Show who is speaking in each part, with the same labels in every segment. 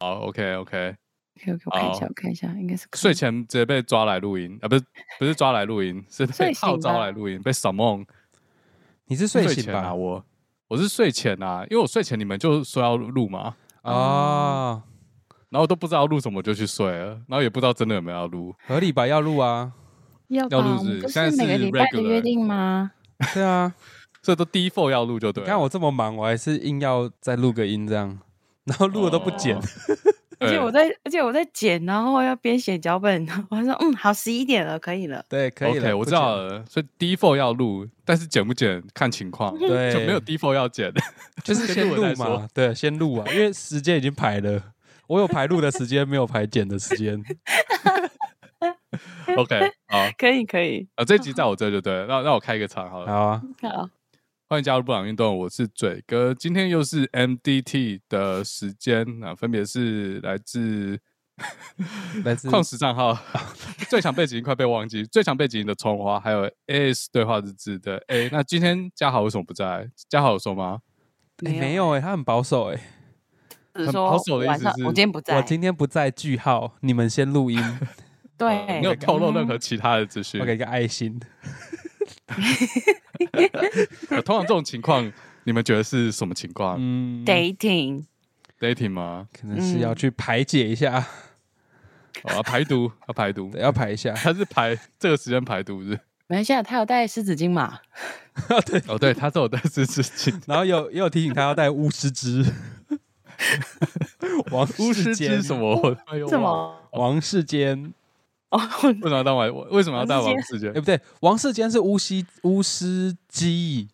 Speaker 1: 好，OK OK，
Speaker 2: OK，OK，我看一
Speaker 1: 好
Speaker 2: 下，我看一下，应该是可
Speaker 1: 哦睡
Speaker 2: 以
Speaker 1: 前直接被抓来录音啊，不是不是抓来录音，是被
Speaker 2: 睡醒
Speaker 1: 号召
Speaker 2: 吧
Speaker 1: 来录音，被 s a m o n
Speaker 3: 你是睡醒
Speaker 1: 前啊，
Speaker 3: 吧？
Speaker 1: 我我是睡前啊，因为我睡前你们就说要录嘛，
Speaker 3: 哦，
Speaker 1: 然后我都不知道录什么我就去睡了，然后也不知道真的有没有要录，
Speaker 3: 合理吧？要录啊，
Speaker 2: 要
Speaker 1: 要
Speaker 2: 吧？
Speaker 1: 录
Speaker 2: 我们
Speaker 1: 制
Speaker 2: 不
Speaker 1: 现在
Speaker 2: 每个
Speaker 1: 是
Speaker 2: 礼拜的
Speaker 1: regular
Speaker 2: 约定吗？
Speaker 3: 对啊。
Speaker 1: 这都 default 要录就对
Speaker 3: 你
Speaker 1: 了。
Speaker 3: 看我这么忙，我还是硬要再录个音这样，然后录了都不剪
Speaker 1: 哦，
Speaker 2: 而且
Speaker 1: 对
Speaker 2: 我在，而且我在剪，然后要边写脚本， 我还说嗯，好，十一点了，可以了。
Speaker 3: 对，可以
Speaker 1: OK，
Speaker 3: 了，
Speaker 1: 我
Speaker 3: 不
Speaker 1: 知
Speaker 3: 剪
Speaker 1: 道，了，所以 default 要录，但是剪不剪看情况，嗯就
Speaker 3: 对，
Speaker 1: 没有 default 要剪。
Speaker 3: 就是
Speaker 1: 先
Speaker 3: 先
Speaker 1: 录
Speaker 3: 录
Speaker 1: 了再
Speaker 3: 嘛
Speaker 1: 说，
Speaker 3: 对，先录啊，因为时间已经排了，我有排录的时间，没有排剪的时间。
Speaker 1: OK，好，
Speaker 2: 可以，可以，
Speaker 1: 啊，这集在我这就对了，让让我开一个场好了。
Speaker 3: 好啊，
Speaker 2: 好，
Speaker 1: 欢迎加入布朗运动，我是嘴哥。今天又是 MDT 的时间啊，分别是来自
Speaker 3: 来自
Speaker 1: 矿石账 号最强背景音快被忘记，最强背景音的葱花，还有 AS 对话日志的 A。那今天嘉豪为什么不在？嘉豪有说吗？
Speaker 3: 诶没有哎，他很保守哎，
Speaker 2: 只是
Speaker 1: 很
Speaker 2: 说
Speaker 1: 保守的意
Speaker 2: 晚
Speaker 1: 思
Speaker 2: 上
Speaker 1: 是
Speaker 2: 我今天不在，
Speaker 3: 我今天不在句号，你们先录音，
Speaker 2: 对，
Speaker 1: 哦没有透露任何
Speaker 2: 嗯
Speaker 1: 其他的资讯
Speaker 3: 我。给一个爱心。
Speaker 1: 呃通常这种情况， 你们觉得是什么情况
Speaker 3: 嗯，，
Speaker 2: dating，
Speaker 1: ？dating 吗？
Speaker 3: 可能是要去排解一下，
Speaker 1: 哦，要排毒，要排毒
Speaker 3: 对，要排一下。
Speaker 1: 他是排这个时间排毒日。
Speaker 2: 没关系啊，他有带湿纸巾嘛？
Speaker 1: 哦，对，他是有带是 事情。
Speaker 3: 然后有也有提醒他要带巫师之，王
Speaker 1: 巫师
Speaker 3: 之
Speaker 1: 之什？么？我哎呦
Speaker 2: 怎
Speaker 1: 忘了
Speaker 2: 么？
Speaker 3: 王世坚，
Speaker 2: 哦，
Speaker 1: 为什么要当王？ 为什么要当王
Speaker 2: 王
Speaker 1: 世
Speaker 3: 哎、
Speaker 1: 坚？
Speaker 3: 不对，王世坚是巫师巫师机，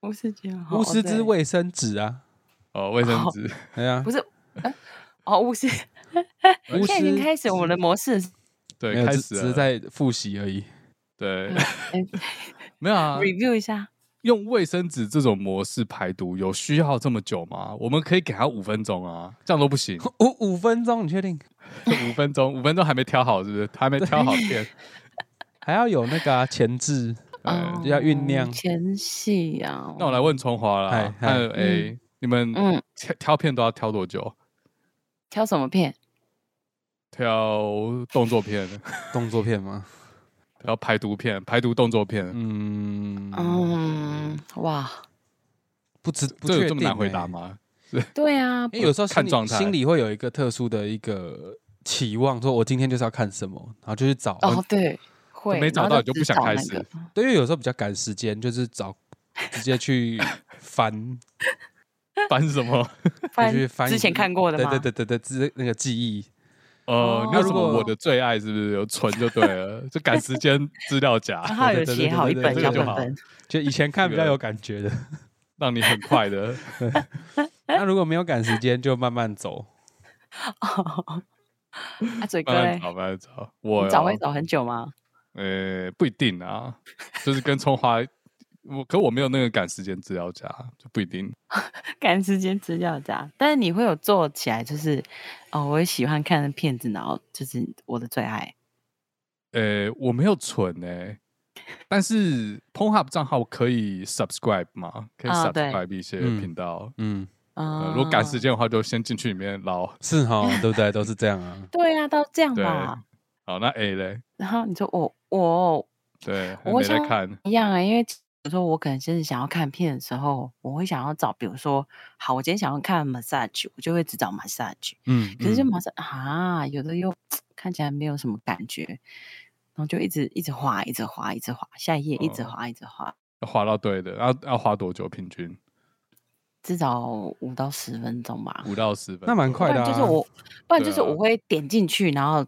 Speaker 2: 巫师节，哦
Speaker 3: 巫师之
Speaker 2: 对
Speaker 3: 卫生纸啊，
Speaker 1: 哦，卫生纸。
Speaker 3: 哎呀、
Speaker 2: 不是，呃哦，巫师，现
Speaker 3: 巫
Speaker 2: 在已经
Speaker 3: 师
Speaker 2: 开始我们的模式
Speaker 3: 没
Speaker 1: 对，
Speaker 3: 有，
Speaker 1: 开
Speaker 3: 只
Speaker 1: 始
Speaker 3: 只是
Speaker 1: 了。
Speaker 3: 在哎复习而已。
Speaker 1: 对
Speaker 2: 嗯，
Speaker 1: 没有 啊。
Speaker 2: review 一下，
Speaker 1: 用卫生纸这种模式排毒，有需要这么久吗？我们可以给他五分钟啊，这样都不行。
Speaker 3: 五五分钟，你确定？
Speaker 1: 五分钟，五分钟还没挑好，是不是？他还没挑好 片。
Speaker 3: 还要有那个、啊、前置，
Speaker 1: 哎
Speaker 2: 哦，
Speaker 3: 要酝酿
Speaker 2: 前戏啊。
Speaker 1: 那我来问葱花啦
Speaker 3: 嗨，
Speaker 1: 还有 A，你们
Speaker 2: 嗯，
Speaker 1: 挑挑片都要挑多久？
Speaker 2: 挑什么片？
Speaker 1: 挑动作片，
Speaker 3: 动作片吗？
Speaker 1: 挑排毒片，排毒动作片，
Speaker 3: 嗯，
Speaker 2: 嗯，哇，
Speaker 3: 不知不
Speaker 1: 这有
Speaker 3: 确
Speaker 1: 这
Speaker 3: 定、欸
Speaker 1: 么难回答？吗？
Speaker 2: 对啊，
Speaker 3: 因为有时候
Speaker 1: 看
Speaker 3: 心里
Speaker 1: 状态
Speaker 3: 心里会有一个特殊的一个期望，说我今天就是要看什么，然后就去找。
Speaker 2: 哦，对，会
Speaker 1: 没找
Speaker 2: 然后
Speaker 1: 到你就不
Speaker 2: 只
Speaker 1: 想
Speaker 2: 找
Speaker 1: 开
Speaker 2: 那
Speaker 1: 始
Speaker 2: 个
Speaker 3: 对，因为有时候比较赶时间，就是找直接去 翻，哎
Speaker 1: 烦什么？
Speaker 3: 就
Speaker 2: 翻
Speaker 3: 去翻
Speaker 2: 之前看过的
Speaker 3: 对
Speaker 2: 吗？
Speaker 3: 对对对对，之那个记忆。
Speaker 1: 呃
Speaker 2: 哦，
Speaker 1: 那
Speaker 3: 那
Speaker 1: 什
Speaker 3: 如
Speaker 1: 么
Speaker 3: 果
Speaker 1: 我的最爱是不是有存就对了，就赶时间资料夹，
Speaker 2: 然后
Speaker 3: 对
Speaker 2: 有
Speaker 3: 对对
Speaker 2: 写
Speaker 3: 对
Speaker 2: 好
Speaker 3: 对
Speaker 2: 一
Speaker 3: 对
Speaker 2: 本
Speaker 1: 对
Speaker 2: 小
Speaker 1: 就
Speaker 2: 本
Speaker 1: 好
Speaker 2: 本，
Speaker 3: 就以前看比较有感 觉的，
Speaker 1: 让你很快的。
Speaker 3: 那如果没有赶时间，就慢慢走。
Speaker 2: 哦，啊，嘴哥
Speaker 1: 慢慢
Speaker 2: 嘞，
Speaker 1: 找，慢慢找。我
Speaker 2: 你找
Speaker 1: 呀
Speaker 2: 会找很久吗？
Speaker 1: 呃不一定啊，就是跟葱花，我可我没有那个赶时间资料夹，就不一定。
Speaker 2: 赶时间资料夹，但是你会有做起来，就是哦，我也喜欢看的片子，然后就是我的最爱。
Speaker 1: 呃，我没有存哎，但是 PornHub 账号可以 subscribe 嘛，可以
Speaker 2: 啊对
Speaker 1: subscribe 一些
Speaker 3: 嗯
Speaker 1: 频道。
Speaker 3: 嗯，
Speaker 1: 呃
Speaker 2: 啊，
Speaker 1: 如果赶时间的话，就先进去里面捞。
Speaker 3: 是哈，对不对？都是这样啊。
Speaker 2: 对啊，到这样
Speaker 1: 对
Speaker 2: 吧。
Speaker 1: 好，那 A 嘞，
Speaker 2: 然后你说我我
Speaker 1: 对，还
Speaker 2: 我
Speaker 1: 没在
Speaker 2: 想
Speaker 1: 看。
Speaker 2: 一样啊、因为有时候我可能真的想要看片的时候，我会想要找，比如说，好，我今天想要看 massage，我就会只找 massage。
Speaker 3: 嗯，
Speaker 2: 可是就
Speaker 3: 嗯
Speaker 2: 马上、啊，有的又看起来没有什么感觉，然后就一直一直滑，一直滑，一直滑，下一页一直
Speaker 1: 哦
Speaker 2: 滑，一直滑，
Speaker 1: 要花到对的，要要花多久？平均
Speaker 2: 至少五到十分钟吧。
Speaker 1: 五到十分钟，
Speaker 3: 那蛮
Speaker 2: 不
Speaker 3: 快的
Speaker 2: 然
Speaker 3: 啊。
Speaker 2: 就是我，不然
Speaker 1: 对
Speaker 2: 就是
Speaker 1: 啊
Speaker 2: 我会点进去，然后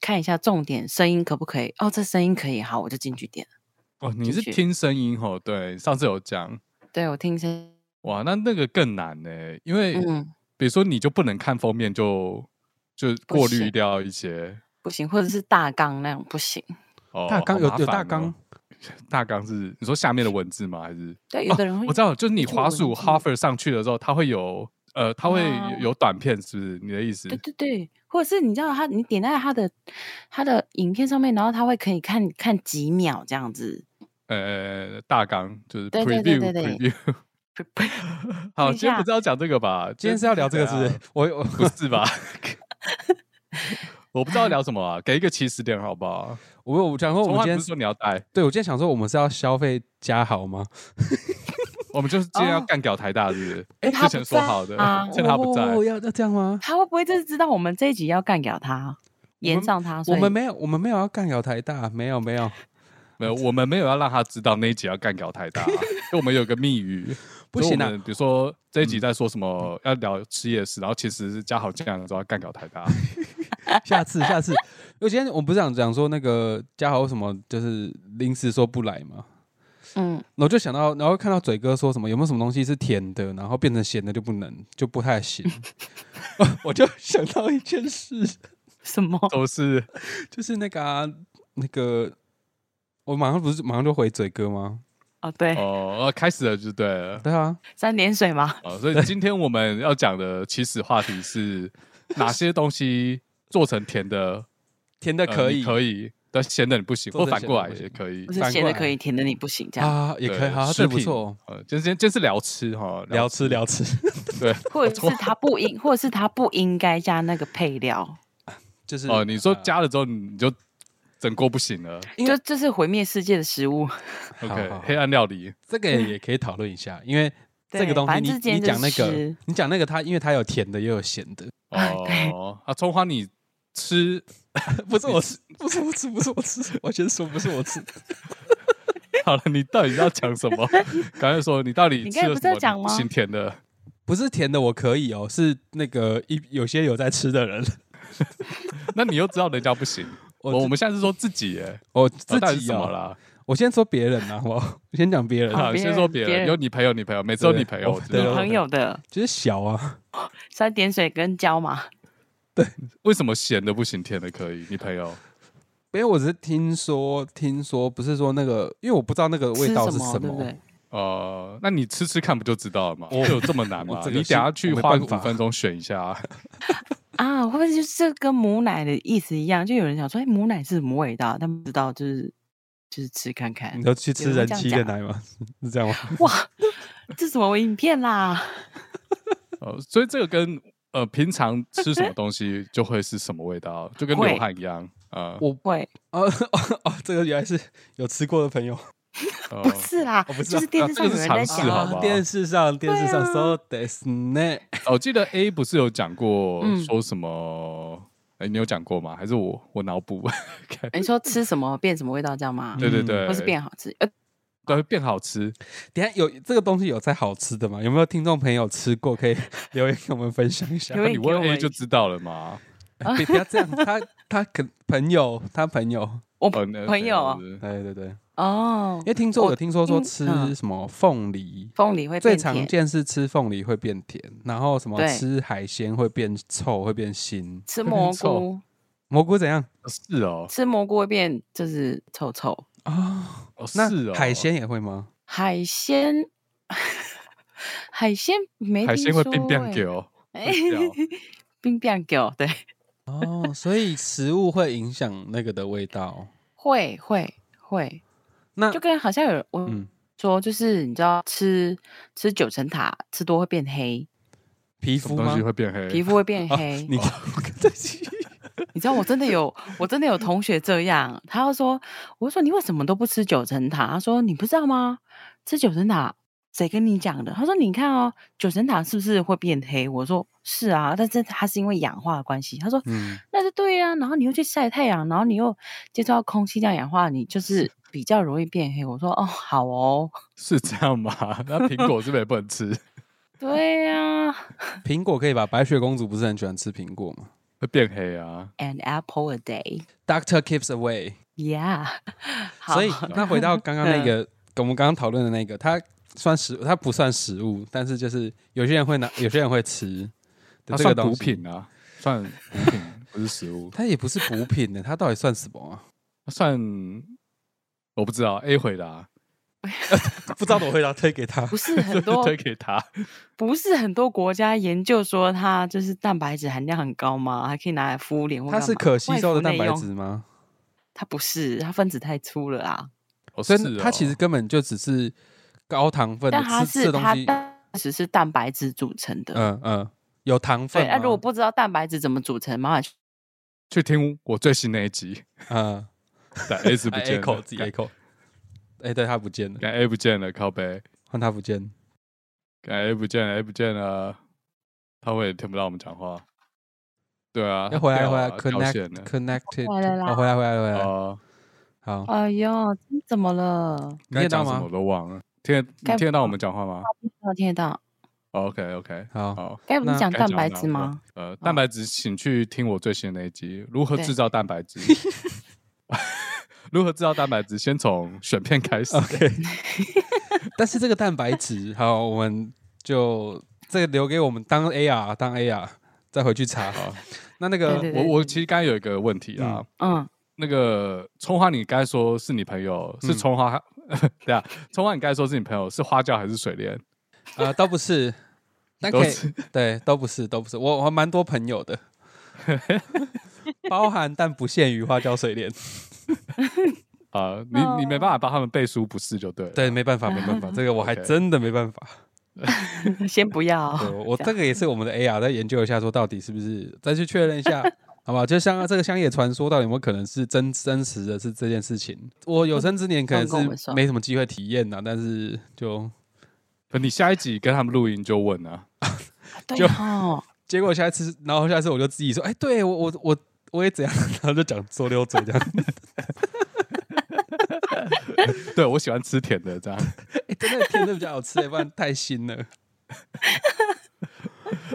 Speaker 2: 看一下重点，声音可不可以？哦，这声音可以，好，我就进去点。
Speaker 1: 哦。你
Speaker 2: 进
Speaker 1: 是
Speaker 2: 去
Speaker 1: 听声音哦，对，上次有讲
Speaker 2: 对我听声，
Speaker 1: 哇，那那个更难呢、因为
Speaker 2: 嗯，
Speaker 1: 比如说你就不能看封面就，就
Speaker 2: 不
Speaker 1: 过滤
Speaker 2: 行
Speaker 1: 掉一些
Speaker 2: 不行，或者是大纲那样不行。
Speaker 1: 哦。
Speaker 3: 大纲
Speaker 1: 好
Speaker 3: 有
Speaker 1: 麻
Speaker 3: 有
Speaker 1: 烦
Speaker 3: 大
Speaker 1: 哦
Speaker 3: 纲，
Speaker 1: 大纲是你说下面的文字吗？还是
Speaker 2: 对，
Speaker 3: 哦
Speaker 2: 有的人会、
Speaker 1: 我知道，就是你
Speaker 2: 一组
Speaker 1: 滑
Speaker 2: 哎文
Speaker 1: 鼠
Speaker 2: 字
Speaker 1: hover 上去的时候，它会有呃，它会
Speaker 2: 啊
Speaker 1: 有有短片，是不是？你的意思
Speaker 2: 对？对对，或者是你知道他，你点在他的他的影片上面，然后他会可以看看几秒这样子。
Speaker 1: 呃，大纲就是
Speaker 2: 对对对
Speaker 1: preview
Speaker 2: 对对
Speaker 1: preview
Speaker 2: 呸呸
Speaker 1: 好，
Speaker 2: 等一
Speaker 1: 今天
Speaker 2: 下
Speaker 1: 不是要讲这个吧？
Speaker 3: 今天是要聊这个是不
Speaker 1: 对啊
Speaker 3: 是？我我
Speaker 1: 不是吧？ 我不知道聊什么啊，给一个起始点好不好？
Speaker 3: 我我讲说我
Speaker 1: 从
Speaker 3: 们
Speaker 1: 来
Speaker 3: 今
Speaker 1: 不
Speaker 3: 天
Speaker 1: 是说你要带，
Speaker 3: 对我今天想说我们是要消费嘉豪吗？
Speaker 1: 我们就是今天要
Speaker 2: 哦
Speaker 1: 干掉台大，是不是？
Speaker 2: 哎他
Speaker 1: 之前
Speaker 2: 不
Speaker 1: 说
Speaker 2: 在
Speaker 1: 好的
Speaker 2: 啊，
Speaker 1: 趁他不在，
Speaker 3: 哦要要这样吗？
Speaker 2: 他会不会真的知道我们这一集要干掉他，延
Speaker 3: 们
Speaker 2: 上他？所
Speaker 3: 我
Speaker 2: 以
Speaker 3: 们没有，我们没有要干掉台大，没有没有，
Speaker 1: 没有，我们没有要让他知道那一集要干掉台 大啊，因为我们有个密语，
Speaker 3: 不
Speaker 1: 所以
Speaker 3: 行
Speaker 1: 我
Speaker 3: 啊
Speaker 1: 们！比如说这一集在说什么要聊吃夜市，然后啊其实是嘉豪这样说要干掉台 大，啊
Speaker 3: 下次下次，因为今天我们不是想讲说那个嘉豪为什么就是临时说不来嘛，
Speaker 2: 嗯，
Speaker 3: 然后就想到，然后看到嘴哥说什么有没有什么东西是甜的，然后变成咸的就不能就不太 行，我就想到一件事，
Speaker 2: 什么？
Speaker 1: 都是
Speaker 3: 就是那个啊、那个，我马上不是马上就回嘴哥吗？
Speaker 2: 哦，
Speaker 3: 哎
Speaker 2: 对，
Speaker 1: 哦，开始了就对了。
Speaker 3: 对啊，
Speaker 2: 三点水吗？
Speaker 1: 哦，所以今天我们要讲的起始话题 是哪些东西做成甜的
Speaker 3: 甜的
Speaker 1: 呃
Speaker 3: 可
Speaker 1: 你
Speaker 3: 以、
Speaker 1: 可以，但咸的你不行，
Speaker 3: 做
Speaker 1: 或
Speaker 3: 成
Speaker 1: 反过来
Speaker 3: 咸的
Speaker 1: 也可以
Speaker 2: 不。是
Speaker 3: 反
Speaker 2: 咸
Speaker 3: 过
Speaker 2: 的可
Speaker 3: 来
Speaker 2: 以，甜的你不行，这样，
Speaker 3: 啊，也可以，
Speaker 1: 对
Speaker 3: 好，
Speaker 1: 食
Speaker 3: 这不
Speaker 1: 品
Speaker 3: 错，
Speaker 1: 呃，今天今天是聊吃哈，
Speaker 3: 聊吃聊吃，
Speaker 1: 对
Speaker 2: 或者是他不应，或者是他不应该加那个配料，
Speaker 3: 就是
Speaker 1: 哦，你说
Speaker 3: 啊
Speaker 1: 加了之后你就整锅不行了。
Speaker 3: 因
Speaker 2: 就
Speaker 3: 为
Speaker 2: 这是毁灭世界的食物。
Speaker 3: 好
Speaker 1: OK，
Speaker 3: 好好
Speaker 1: 黑暗料 理，
Speaker 3: 这个也可以讨论一下，因为这个
Speaker 2: 对
Speaker 3: 东西
Speaker 2: 反
Speaker 3: 你
Speaker 2: 正之
Speaker 3: 你
Speaker 2: 间
Speaker 3: 讲那
Speaker 2: 就是
Speaker 3: 个
Speaker 2: 吃，
Speaker 3: 你讲那个它，因为它有甜的也有咸的，
Speaker 2: 哎
Speaker 1: 哦，啊，葱花你吃，
Speaker 3: 不是我 吃，不是我吃，不是我吃，我先说不是我吃，
Speaker 1: 好了，你到底要讲什 么？刚才说你到底
Speaker 2: 你
Speaker 1: 吃
Speaker 2: 刚才
Speaker 1: 了
Speaker 2: 不
Speaker 1: 什
Speaker 2: 是在
Speaker 1: 么
Speaker 2: 讲
Speaker 1: 你
Speaker 2: 吗
Speaker 1: 不行甜的，
Speaker 3: 不是甜的我可以哦，是那个一有些有在吃的人，
Speaker 1: 那你又知道人家不行。
Speaker 3: 我
Speaker 1: 我
Speaker 3: 自
Speaker 1: 我们现在是说自己耶，
Speaker 3: 我自
Speaker 1: 哦到底是
Speaker 3: 己
Speaker 1: 怎么
Speaker 3: 哦，
Speaker 1: 啦？
Speaker 3: 我先说别人啊，我我 先讲别人，
Speaker 2: 好
Speaker 1: 啊，
Speaker 2: 别
Speaker 1: 先说
Speaker 2: 人
Speaker 1: 别
Speaker 2: 别
Speaker 1: 人，
Speaker 2: 人
Speaker 1: 有你朋友，你朋友，每次都
Speaker 3: 对
Speaker 1: 你朋友，
Speaker 3: 哦
Speaker 1: 我知
Speaker 3: 对
Speaker 2: 你
Speaker 1: 道
Speaker 3: 对
Speaker 2: 朋友的
Speaker 3: 就是小啊，
Speaker 2: 三点水跟椒嘛，
Speaker 1: 为什么咸的不行，甜的可以？你朋友
Speaker 3: 因为我只是听说，听说不是说那个，因为我不知道那个味
Speaker 2: 吃
Speaker 3: 道
Speaker 2: 什
Speaker 3: 是
Speaker 2: 么，对不对？
Speaker 1: 哦，那你吃吃看不就知道了吗？就有这么难吗
Speaker 3: 哦 我？这
Speaker 1: 你
Speaker 3: 个
Speaker 1: 等下
Speaker 3: 是
Speaker 1: 去
Speaker 3: 我没
Speaker 1: 花
Speaker 3: 办
Speaker 1: 个
Speaker 3: 法
Speaker 1: 五分钟选一下啊，
Speaker 2: 啊，会不会就是这跟母奶的意思一样？就有人想说，哎、母奶是什么味道？但不知道，就是就是吃看看
Speaker 1: 嗯
Speaker 3: 你。都去吃
Speaker 2: 有人
Speaker 3: 人
Speaker 2: 这样
Speaker 3: 妻的
Speaker 2: 讲
Speaker 3: 奶吗？ 是这样吗？
Speaker 2: 哇，这什么影片啦？
Speaker 1: 哦，所以这个跟呃平常吃什么东西就会是什么味 道，就跟流
Speaker 2: 会
Speaker 1: 汗一样啊。
Speaker 3: 我
Speaker 2: 会
Speaker 3: 哦 哦哦，这个原来是有吃过的朋友，
Speaker 1: 哦
Speaker 2: 不是啦，
Speaker 3: 我不知
Speaker 2: 就
Speaker 3: 道
Speaker 2: 是电
Speaker 1: 啊
Speaker 2: 视
Speaker 1: 这
Speaker 2: 上
Speaker 1: 个
Speaker 2: 有
Speaker 1: 是
Speaker 2: 人
Speaker 1: 常
Speaker 2: 在
Speaker 1: 识
Speaker 2: 讲
Speaker 1: 好
Speaker 2: 啊，
Speaker 1: 吧
Speaker 3: 电视上，电视
Speaker 2: 对
Speaker 3: 上
Speaker 2: 啊
Speaker 3: ，so this 呢？
Speaker 1: 哦我记得 A 不是有讲过
Speaker 2: 嗯
Speaker 1: 说什么？哎、你有讲过吗？还是我我脑补？看
Speaker 2: 你说吃什么变什么味道，这样吗？
Speaker 1: 对对
Speaker 3: 嗯
Speaker 1: 对，
Speaker 2: 或是变好吃？呃，
Speaker 1: 对变好吃。
Speaker 3: 等一下有这个东西有在好吃的吗？有没有听众朋友吃过？可以留言跟我们分享一下。
Speaker 2: 留
Speaker 1: 那
Speaker 2: 言
Speaker 1: 你
Speaker 2: 给
Speaker 1: 问
Speaker 2: 我
Speaker 1: A
Speaker 2: 一
Speaker 1: 就知道了嘛？
Speaker 3: 别哎不要这样，他他可朋友，他朋友，
Speaker 2: 我
Speaker 1: 哦那
Speaker 2: 朋友啊
Speaker 1: 是不是
Speaker 3: 对对对，因
Speaker 2: 哦，
Speaker 3: 为听说
Speaker 2: 我
Speaker 3: 有听说说
Speaker 2: 听
Speaker 3: 吃
Speaker 2: 嗯
Speaker 3: 什么凤梨，
Speaker 2: 凤梨会
Speaker 3: 最
Speaker 2: 变
Speaker 3: 常
Speaker 2: 甜，
Speaker 3: 见是吃凤梨会变甜，然后什么
Speaker 2: 对
Speaker 3: 吃海鲜会变臭，会变腥。
Speaker 2: 吃
Speaker 3: 会变
Speaker 2: 蘑
Speaker 3: 臭，
Speaker 2: 菇，
Speaker 3: 蘑菇怎样
Speaker 1: 是哦，
Speaker 2: 吃蘑菇会变就是臭臭。
Speaker 3: 啊？
Speaker 1: 哦是
Speaker 3: 那
Speaker 1: 哦，
Speaker 3: 海鲜也会吗？
Speaker 2: 海鲜，海鲜没
Speaker 1: 海
Speaker 2: 听
Speaker 1: 鲜会
Speaker 2: 说
Speaker 1: 变变
Speaker 2: 欸
Speaker 1: 狗，
Speaker 2: 哎
Speaker 1: 掉，
Speaker 2: 冰变 狗，对，
Speaker 3: 哦，所以食物会影响那个的味道。
Speaker 2: 会会会，
Speaker 3: 那
Speaker 2: 就跟好像有我
Speaker 3: 嗯，
Speaker 2: 说，就是你知道吃吃九层塔吃多会变黑，
Speaker 3: 皮
Speaker 1: 什
Speaker 3: 肤
Speaker 1: 么东
Speaker 3: 吗
Speaker 1: 西？会变黑？
Speaker 2: 皮肤会变
Speaker 3: 啊
Speaker 2: 黑。
Speaker 3: 你对不起
Speaker 2: 你知道我真的有我真的有同学这样，他就说，我就说你为什么都不吃九层塔？他说你不知道吗？吃九层塔谁跟你讲的？他说你看哦，九层塔是不是会变黑？我说是啊，但是它是因为氧化的关系。他说
Speaker 3: 嗯，
Speaker 2: 那就对呀、然后你又去晒太阳，然后你又接触到空气这样氧化，你就是比较容易变黑。我说哦，好哦，
Speaker 1: 是这样 吗？那苹果是不是也不能吃？
Speaker 2: 对啊呀、
Speaker 3: 苹果可以吧？白雪公主不是很喜欢吃苹果吗
Speaker 1: 会变黑啊？
Speaker 2: a n apple a day。
Speaker 3: ？Doctor keeps away。
Speaker 2: Yeah，好 嗯
Speaker 3: 所以那回到刚刚那个，我们刚刚讨论的那个，它算食，它不算食物，但是就是有些人会拿，有些人会吃
Speaker 1: 它
Speaker 3: 的这个
Speaker 1: 算
Speaker 3: 东
Speaker 1: 补
Speaker 3: 西。
Speaker 1: 品 啊，算补品，不是食 物。
Speaker 3: 它也不是补品欸呢，它到底算什么啊？
Speaker 1: 算我不知道 A 回答，
Speaker 3: 不知道怎么回答，推给他
Speaker 2: 不。是很多，
Speaker 1: 推给他。
Speaker 2: 不是很多国家研究说它就是蛋白质含量很高吗？还可以拿来敷脸或
Speaker 3: 它
Speaker 2: 干嘛
Speaker 3: 是可吸收的蛋白，
Speaker 2: 外敷内
Speaker 3: 质
Speaker 2: 用
Speaker 3: 吗？
Speaker 2: 它不是，它分子太粗了啦。
Speaker 1: 哦，
Speaker 3: 所
Speaker 1: 是
Speaker 3: 以它
Speaker 1: 哦
Speaker 3: 其实根本就只是高糖分的
Speaker 2: 但它
Speaker 3: 吃吃
Speaker 2: 是
Speaker 3: 的东
Speaker 2: 它
Speaker 3: 西，
Speaker 2: 只是蛋白质组成的。
Speaker 3: 嗯嗯，有糖分
Speaker 2: 对，
Speaker 3: 吗。
Speaker 2: 那、如果不知道蛋白质怎么组成，麻烦去
Speaker 1: 去听我最新那一集，
Speaker 3: 嗯，
Speaker 1: 但 A 字不
Speaker 3: 哎
Speaker 1: 见
Speaker 3: echo
Speaker 1: 了，
Speaker 3: 自己 echo，哎，对，他不见了，
Speaker 1: 感 A 不见了，靠背，
Speaker 3: 换他不见。
Speaker 1: 感 A 不见了，A 不见了，他会听不到我们讲话。对啊，
Speaker 3: 要回来，
Speaker 1: 掉
Speaker 3: 回来
Speaker 1: 啊掉线
Speaker 3: ，connect
Speaker 1: 了
Speaker 3: connected，
Speaker 2: 回来啦
Speaker 3: 哦，回来，回来，回来，
Speaker 1: 哦，
Speaker 3: 好，
Speaker 2: 哎呦，你怎么了？
Speaker 3: 你
Speaker 1: 刚才
Speaker 3: 听得到
Speaker 1: 讲什
Speaker 3: 吗
Speaker 1: 么我？都忘了，听得
Speaker 2: 该
Speaker 1: 你听得到我们讲话吗
Speaker 2: 我听得到？
Speaker 1: ？OK OK，
Speaker 3: 好，
Speaker 1: 好。
Speaker 2: 该不
Speaker 3: 那
Speaker 2: 是讲
Speaker 1: 该
Speaker 2: 啊蛋
Speaker 1: 讲
Speaker 2: 白
Speaker 1: 到
Speaker 2: 质
Speaker 1: 了
Speaker 2: 吗？？哦
Speaker 1: 呃，蛋白质，请去听我最新的那一集，如何
Speaker 2: 对
Speaker 1: 制造蛋白 质。如何制造蛋白质？先从选片开始。
Speaker 3: OK，但是这个蛋白质， 好，我们就这个留给我们当 AR 当 AR，再回 去查。好，那那
Speaker 2: 对
Speaker 3: 个
Speaker 1: 我我其实刚刚有一个问题啊，
Speaker 2: 嗯，
Speaker 1: 那个葱花，你刚才说是你朋友，是
Speaker 3: 嗯
Speaker 1: 葱花， 对啊，葱花，你刚才说是你朋友，是花椒还是水莲？
Speaker 3: 呃都不是，但
Speaker 1: 都
Speaker 3: 可以
Speaker 1: 是
Speaker 3: 对都不是都不是，我我还蛮多朋 友的，包含但不限于花椒水莲。
Speaker 1: 啊，你
Speaker 2: 哦
Speaker 1: 你没办法帮他们背书，不是就对了。
Speaker 3: 对，没办法没 办法，这个我还
Speaker 1: OK
Speaker 3: 真的没办法。
Speaker 2: 先不要。
Speaker 3: 对，我
Speaker 2: 这
Speaker 3: 这个也是我们的 AR 在研究一下，说到底是不是再去确认一下，好吧？就像这个乡野传说，到底有没有可能是真真实的是这件事情？我有生之年可
Speaker 2: 嗯跟我
Speaker 3: 能
Speaker 2: 们
Speaker 3: 是
Speaker 2: 说
Speaker 3: 没什么机会体验呐、但是就
Speaker 1: 可你下一集跟他们录音就问啊，
Speaker 2: 对
Speaker 3: 就
Speaker 2: 哦，
Speaker 3: 结果下一次，然后下一次我就自己说，哎，对我我我我也怎样， 然后就讲说溜嘴这样，
Speaker 1: 对我喜欢吃甜的这样。
Speaker 3: 哎，真的甜的比较好吃、欸不然太腥了。